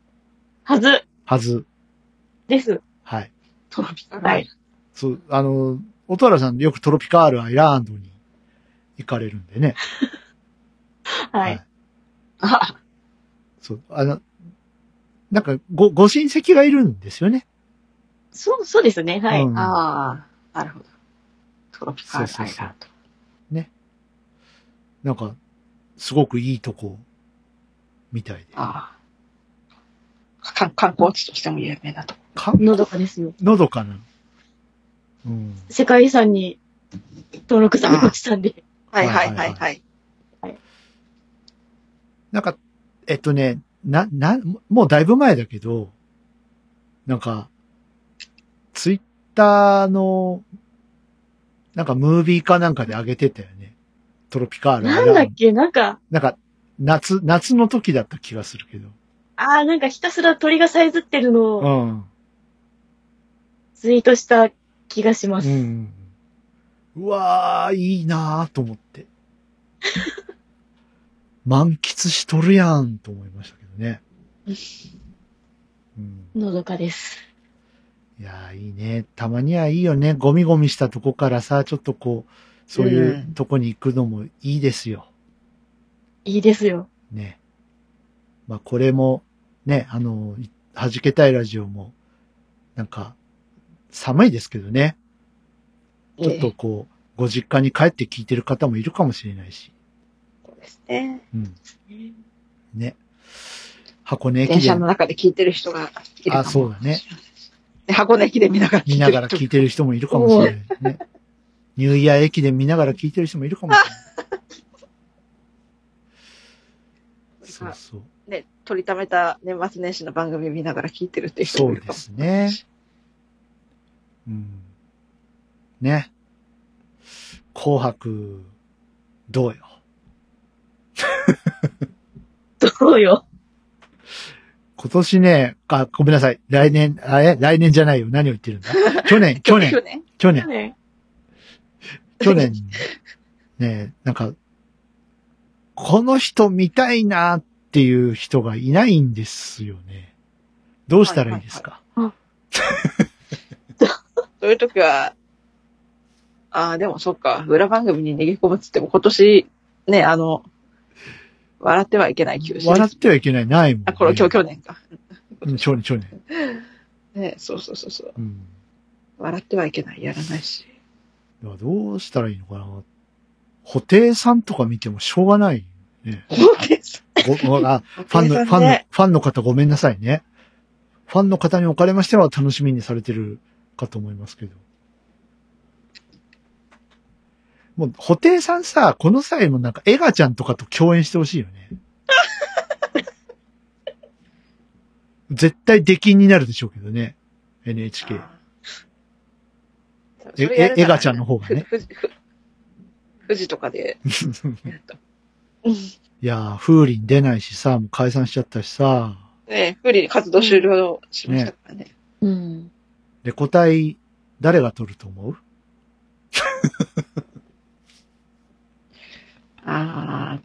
Speaker 3: はず
Speaker 1: はず。
Speaker 3: です。
Speaker 1: はい。
Speaker 2: トロピカル
Speaker 3: はい。
Speaker 1: そう、あの、音原さんよくトロピカールアイランドに行かれるんでね。
Speaker 3: はい。
Speaker 2: あ、
Speaker 1: そう、あの、なんか、ご、ご親戚がいるんですよね。
Speaker 3: そう、そうですね。はい。
Speaker 1: うん
Speaker 2: ああ、なるほど。トロピカル
Speaker 1: そうそ
Speaker 2: ア
Speaker 1: う
Speaker 2: イ
Speaker 1: そう
Speaker 2: ランド。
Speaker 1: なんか、すごくいいとこ、みたいで。
Speaker 2: ああ。か観光地としても有名なとこ。
Speaker 1: か、
Speaker 3: のどかですよ。
Speaker 1: のどかな。うん。
Speaker 3: 世界遺産に登録されましたんで。
Speaker 2: はい
Speaker 1: はいはい
Speaker 2: い。
Speaker 1: なんか、えっとね、な、な、もうだいぶ前だけど、なんか、ツイッターの、なんかムービーかなんかで上げてたよね。トロピカール。
Speaker 3: なんだっけなんか、
Speaker 1: なんか、夏、夏の時だった気がするけど。
Speaker 3: あーなんかひたすら鳥がさえずってるの
Speaker 1: う
Speaker 3: を
Speaker 1: ん。
Speaker 3: ツイートした気がしま
Speaker 1: う
Speaker 3: す。
Speaker 1: ん。うわー、いいなーと思って。 [LAUGHS] 満喫しとるやんと思いましたけどね。うん、
Speaker 3: のどかです。
Speaker 1: いやー、いいね。たまにはいいよね。ゴミゴミしたとこからさ、ちょっとこう、そういううんとこに行くのもいいですよ。
Speaker 3: いいですよ。
Speaker 1: ね。まあ、これも、ね、あの、い弾けたいラジオも、なんか、寒いですけどね。ちょっとこう、ご実家に帰って聞いてる方もいるかもしれないし。
Speaker 2: とですね。
Speaker 1: うん。ね。箱根駅
Speaker 2: 電車
Speaker 1: 伝
Speaker 2: の中で聞いてる人がいるかも
Speaker 1: あそうだね。
Speaker 2: で箱根駅伝見ながら聞いてる
Speaker 1: 見
Speaker 2: 人
Speaker 1: ながら聞いてる人もいるかもしれないね。ニューイヤー駅伝見ながら聞いてる人もいるかもしれない。そうそう。
Speaker 2: ね、取りためた年末年始の番組見ながら聞いてるっていう人
Speaker 1: そ
Speaker 2: もいうるか
Speaker 1: で
Speaker 2: も
Speaker 1: すね。うん。ね。紅白、どうよ。
Speaker 3: どうよ。
Speaker 1: 今年ね、あ、ごめんなさい。来年、あえ、来年じゃないよ。何を言ってるんだ。去 [LAUGHS] 年、去年
Speaker 2: 去、年
Speaker 1: 去年。
Speaker 3: ね
Speaker 1: 去年、ね、なんか、この人見たいなっていう人がいないんですよね。どうしたらいいですか、
Speaker 2: そういう時は、ああ、でもそっか、裏番組に逃げ込むっつっても今年、ね、あの、笑ってはいけない休止。
Speaker 1: 笑ってはいけない、ないもん、ね。
Speaker 2: あ、これ、去去年か。
Speaker 1: うん去年、去年。
Speaker 2: ね、そうそうそうそう。
Speaker 1: うん。
Speaker 2: 笑ってはいけない、やらないし。
Speaker 1: だからどうしたらいいのかな布袋さんとか見てもしょうがない。
Speaker 2: そうです。
Speaker 1: ごあフ
Speaker 2: フ
Speaker 1: ァンの、ファンの、ファンの方ごめんなさいね。ファンの方におかれましては楽しみにされてるかと思いますけど。もう、布袋さんさ、この際もなんか、エガちゃんとかと共演してほしいよね。絶対出禁になるでしょうけどね。NHK。ええエガちゃんの方が
Speaker 2: [LAUGHS]
Speaker 1: ね [LAUGHS]
Speaker 2: ふ。ふふ富士とかで、やっと
Speaker 1: いやー、風鈴出ないしさ、もう解散しちゃったしさ、
Speaker 2: ね、不利に活動終了しましたからね。
Speaker 3: うん。
Speaker 1: レコ隊、誰が取ると思う
Speaker 2: ああ。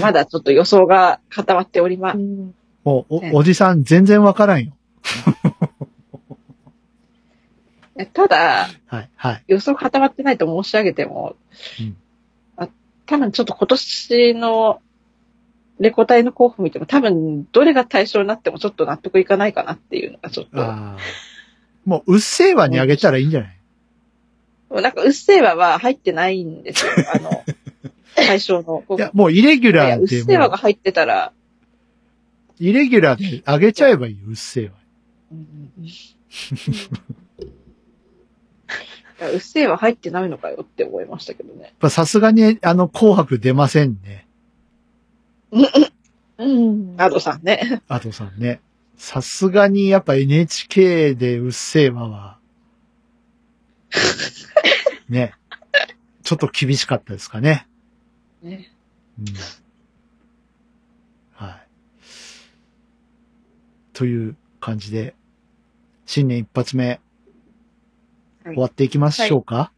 Speaker 2: まだちょっと予想が固まっておりま
Speaker 3: う
Speaker 2: す。
Speaker 3: ん
Speaker 1: もう
Speaker 2: ね
Speaker 1: お、おじさん全然わからんよ。
Speaker 2: ただ、
Speaker 1: はい、はい。
Speaker 2: 予想固まってないと申し上げても、
Speaker 1: うん
Speaker 2: あ多分ちょっと今年のレコ隊の候補見ても多分どれが対象になってもちょっと納得いかないかなっていうのがちょっと、
Speaker 1: ああ。もう、うっせぇわにあげたらいいんじゃない
Speaker 2: なんかうっせぇわは入ってないん [LAUGHS] ですよ。あの、対象の候補。
Speaker 1: いや、もうイレギュ
Speaker 2: いや
Speaker 1: ラ
Speaker 2: うっ
Speaker 1: ー
Speaker 2: せ
Speaker 1: で
Speaker 2: ぇわ
Speaker 1: も
Speaker 2: が入ってたら、
Speaker 1: う、イレギュラーであげちゃえばいいよ、うっせぇわ。
Speaker 2: うんいやうっせぇわ入ってないのかよって思いましたけどね。
Speaker 1: やっぱさすがに、あの、紅白出ませんね。
Speaker 3: うん。
Speaker 2: アドさんね。
Speaker 1: あとさんね。さすがにやっぱ NHK でうっせぇわ
Speaker 2: [LAUGHS]
Speaker 1: は、ね。ちょっと厳しかったですかね。
Speaker 2: ね
Speaker 1: うん。はい。という感じで、新年一発目、
Speaker 2: はい
Speaker 1: 終わっていきましょうか、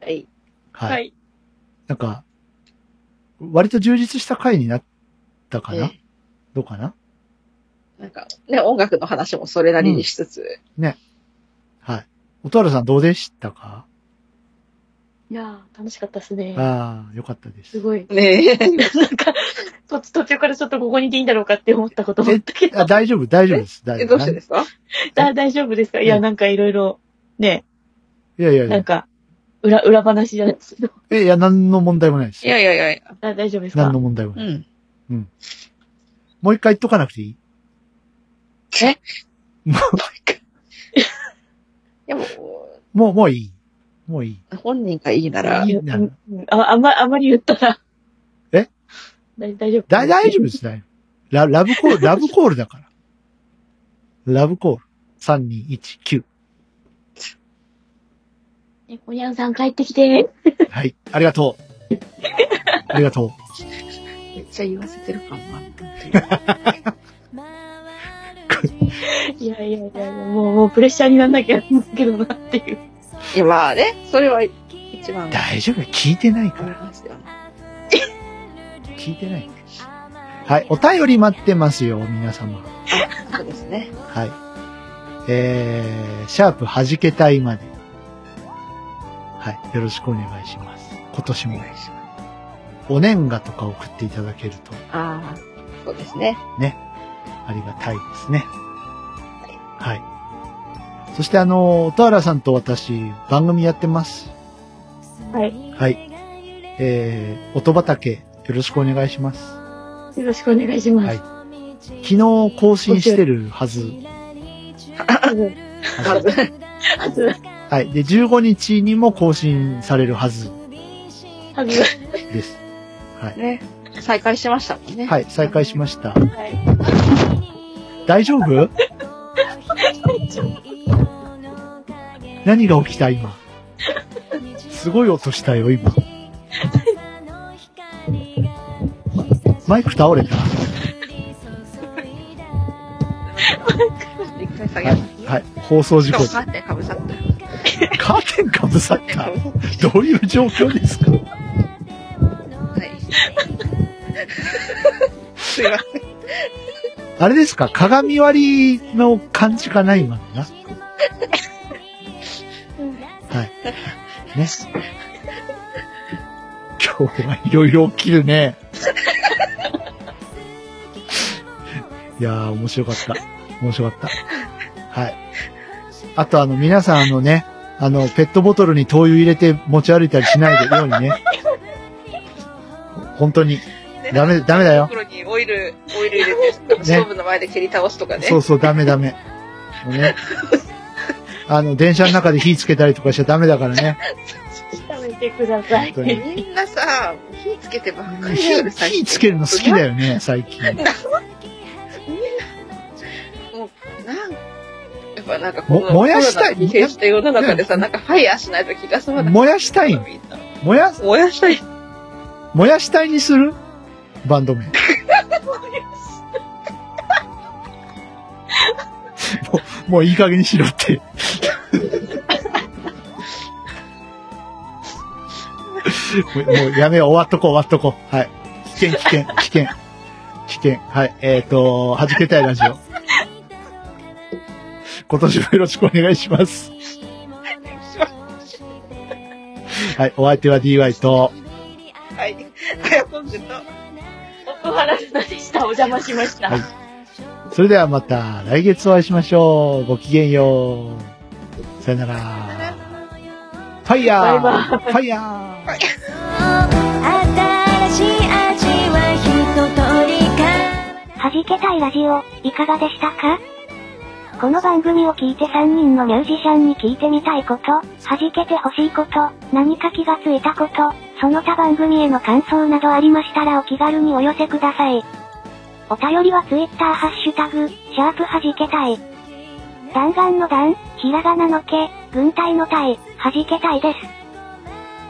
Speaker 3: はい。
Speaker 1: はい、
Speaker 3: はい。
Speaker 1: なんか、割と充実した回になったかな、
Speaker 2: ね
Speaker 1: どうかな
Speaker 2: なんか、ね、音楽の話もそれなりにしつつ、
Speaker 1: はい。音原さんどうでしたか
Speaker 3: いやー、楽しかったですね。
Speaker 1: ああ、よかったですす。
Speaker 3: ごい。 [LAUGHS]
Speaker 2: ね [LAUGHS]
Speaker 3: なんか、途途中からちょっとここにいていいんだろうかって思ったこともあったけど。
Speaker 1: あ大丈夫、大丈夫です。大
Speaker 2: え、
Speaker 1: 丈
Speaker 2: ど
Speaker 1: 夫。
Speaker 2: うしてですか
Speaker 3: [LAUGHS] あ大丈夫ですかいや、なんかいろいろ、ね、
Speaker 1: いやいやい
Speaker 3: な
Speaker 1: や
Speaker 3: ん、か、裏、裏話じゃないですけど。
Speaker 1: えいや、何の問題もないです
Speaker 2: い。やいやいやいや。
Speaker 3: あ大丈夫です
Speaker 1: 何
Speaker 3: か
Speaker 1: の問題も
Speaker 2: う
Speaker 1: ない。
Speaker 2: ん。
Speaker 1: もう一回言っとかなくていい
Speaker 2: え [LAUGHS]
Speaker 1: も
Speaker 2: でも、
Speaker 1: う、もう、もういい。もういい。
Speaker 2: 本人がいいなら
Speaker 1: い、いな
Speaker 3: うんうんああんま、あんまり言ったら。
Speaker 1: え
Speaker 3: [LAUGHS] 大大丈夫
Speaker 1: だ、大丈夫です、大丈夫。ララブコール、ラブコールだから。ラブコール。3219。
Speaker 3: 猫ニャンさん帰ってきて。
Speaker 1: はい。ありがとう。ありがとう。
Speaker 2: めっちゃ言わせてるかもな。
Speaker 3: いやいやいや、もう、もうプレッシャーにならなきゃいけどなっていう。
Speaker 2: いや、まあね、それは一番
Speaker 1: 大丈夫。聞いてない
Speaker 2: あ
Speaker 1: か
Speaker 2: り
Speaker 1: ら。
Speaker 2: ますよね。
Speaker 1: 聞いてない。はい。お便り待ってますよ、皆様。
Speaker 2: そうですね。
Speaker 1: はい。えー、シャープ弾けたいまで。はい。よろしくお願いします。今年
Speaker 2: お
Speaker 1: も
Speaker 2: 願いします。
Speaker 1: お年賀とか送っていただけると
Speaker 2: ああ、そうですね。
Speaker 1: ありがたいですね。はい。そしてあの、音原さんと私、番組やってます。
Speaker 3: はい。
Speaker 1: はい。えー、音畑、よろしくお願いします。
Speaker 3: よろしくお願いします。 [LAUGHS]
Speaker 1: はい。昨日更新してるはず。
Speaker 3: うん
Speaker 2: まず、
Speaker 3: はず、
Speaker 1: はい。で、15日にも更新されるはず
Speaker 3: はず。
Speaker 1: です。はい。
Speaker 2: ね、再開しましたもんね。
Speaker 1: はい、再開しました。
Speaker 3: はい。
Speaker 1: 大丈夫何が起きた今。すごい音したよ、今。マイク倒れた
Speaker 2: 一回下げます。
Speaker 1: はい。放送事
Speaker 2: 今
Speaker 1: 故
Speaker 2: 日。カーテンかぶさった。
Speaker 1: カーテンかぶさった
Speaker 2: カーテンかぶさっ
Speaker 1: どういう状況ですか
Speaker 2: た。はい。すいません。
Speaker 1: あれですか鏡割りの感じかな今のな。はい。ね。今日はいろいろ起きるね。 [LAUGHS] いやー、面白かった。面白かった。はい。あとあの、皆さんあのね、あの、ペットボトルに灯油入れて持ち歩いたりしないでようにね。本当に。ダメ、ダメだよ。
Speaker 2: 袋にオイル、オイル入れて、ストーブの前で蹴り倒すとかね。
Speaker 1: そうそう、ダメダメ。もうね。あの、電車の中で火つけたりとかしちゃダメだからね。
Speaker 3: 食べてください。
Speaker 1: 本当に
Speaker 2: みんなさ、火つけてばっかりや
Speaker 1: 火
Speaker 2: る最近
Speaker 1: 火つけるの好きだよね、最近。
Speaker 2: なんやっぱなんかこ
Speaker 1: も
Speaker 2: の
Speaker 1: 燃やしたい
Speaker 2: コロナに疲弊した世の中でさ、なんかファイヤーしないと気が済まない。
Speaker 1: 燃やしたいの
Speaker 2: みんな
Speaker 1: 燃やす、
Speaker 2: 燃やしたい。
Speaker 1: 燃やしたいにするバンド名。もう、もういい加減にしろって。もうもうやめよう、終わっとこう、終わっとこう。はい。危険、危険、危険。危険。はい。えっ、ー、と、弾けたいラジオ。今年もよろしくお願いします。はい。お相手は DY と、
Speaker 2: はい。あやこんじと。
Speaker 3: 奥原さんでした。お邪魔しました。
Speaker 1: はいそれではまた来月お会いしましょう。ごきげんよう。さよなら。ファイヤー
Speaker 3: バ
Speaker 1: ファイヤー
Speaker 4: 新しい味は一通りか
Speaker 5: 弾けたいラジオ、いかがでしたかこの番組を聞いて3人のミュージシャンに聞いてみたいこと、弾けてほしいこと、何か気がついたこと、その他番組への感想などありましたらお気軽にお寄せください。お便りは Twitter ハッシュタグ、シャープはじけたい。弾丸の弾、ひらがなのけ、軍隊の隊、はじけたいです。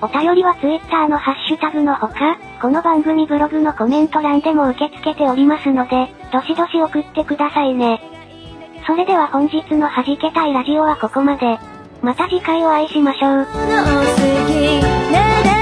Speaker 5: お便りは Twitter のハッシュタグのほか、この番組ブログのコメント欄でも受け付けておりますので、どしどし送ってくださいね。それでは本日のはじけたいラジオはここまで。また次回お会いしましょう。
Speaker 4: 好きなだ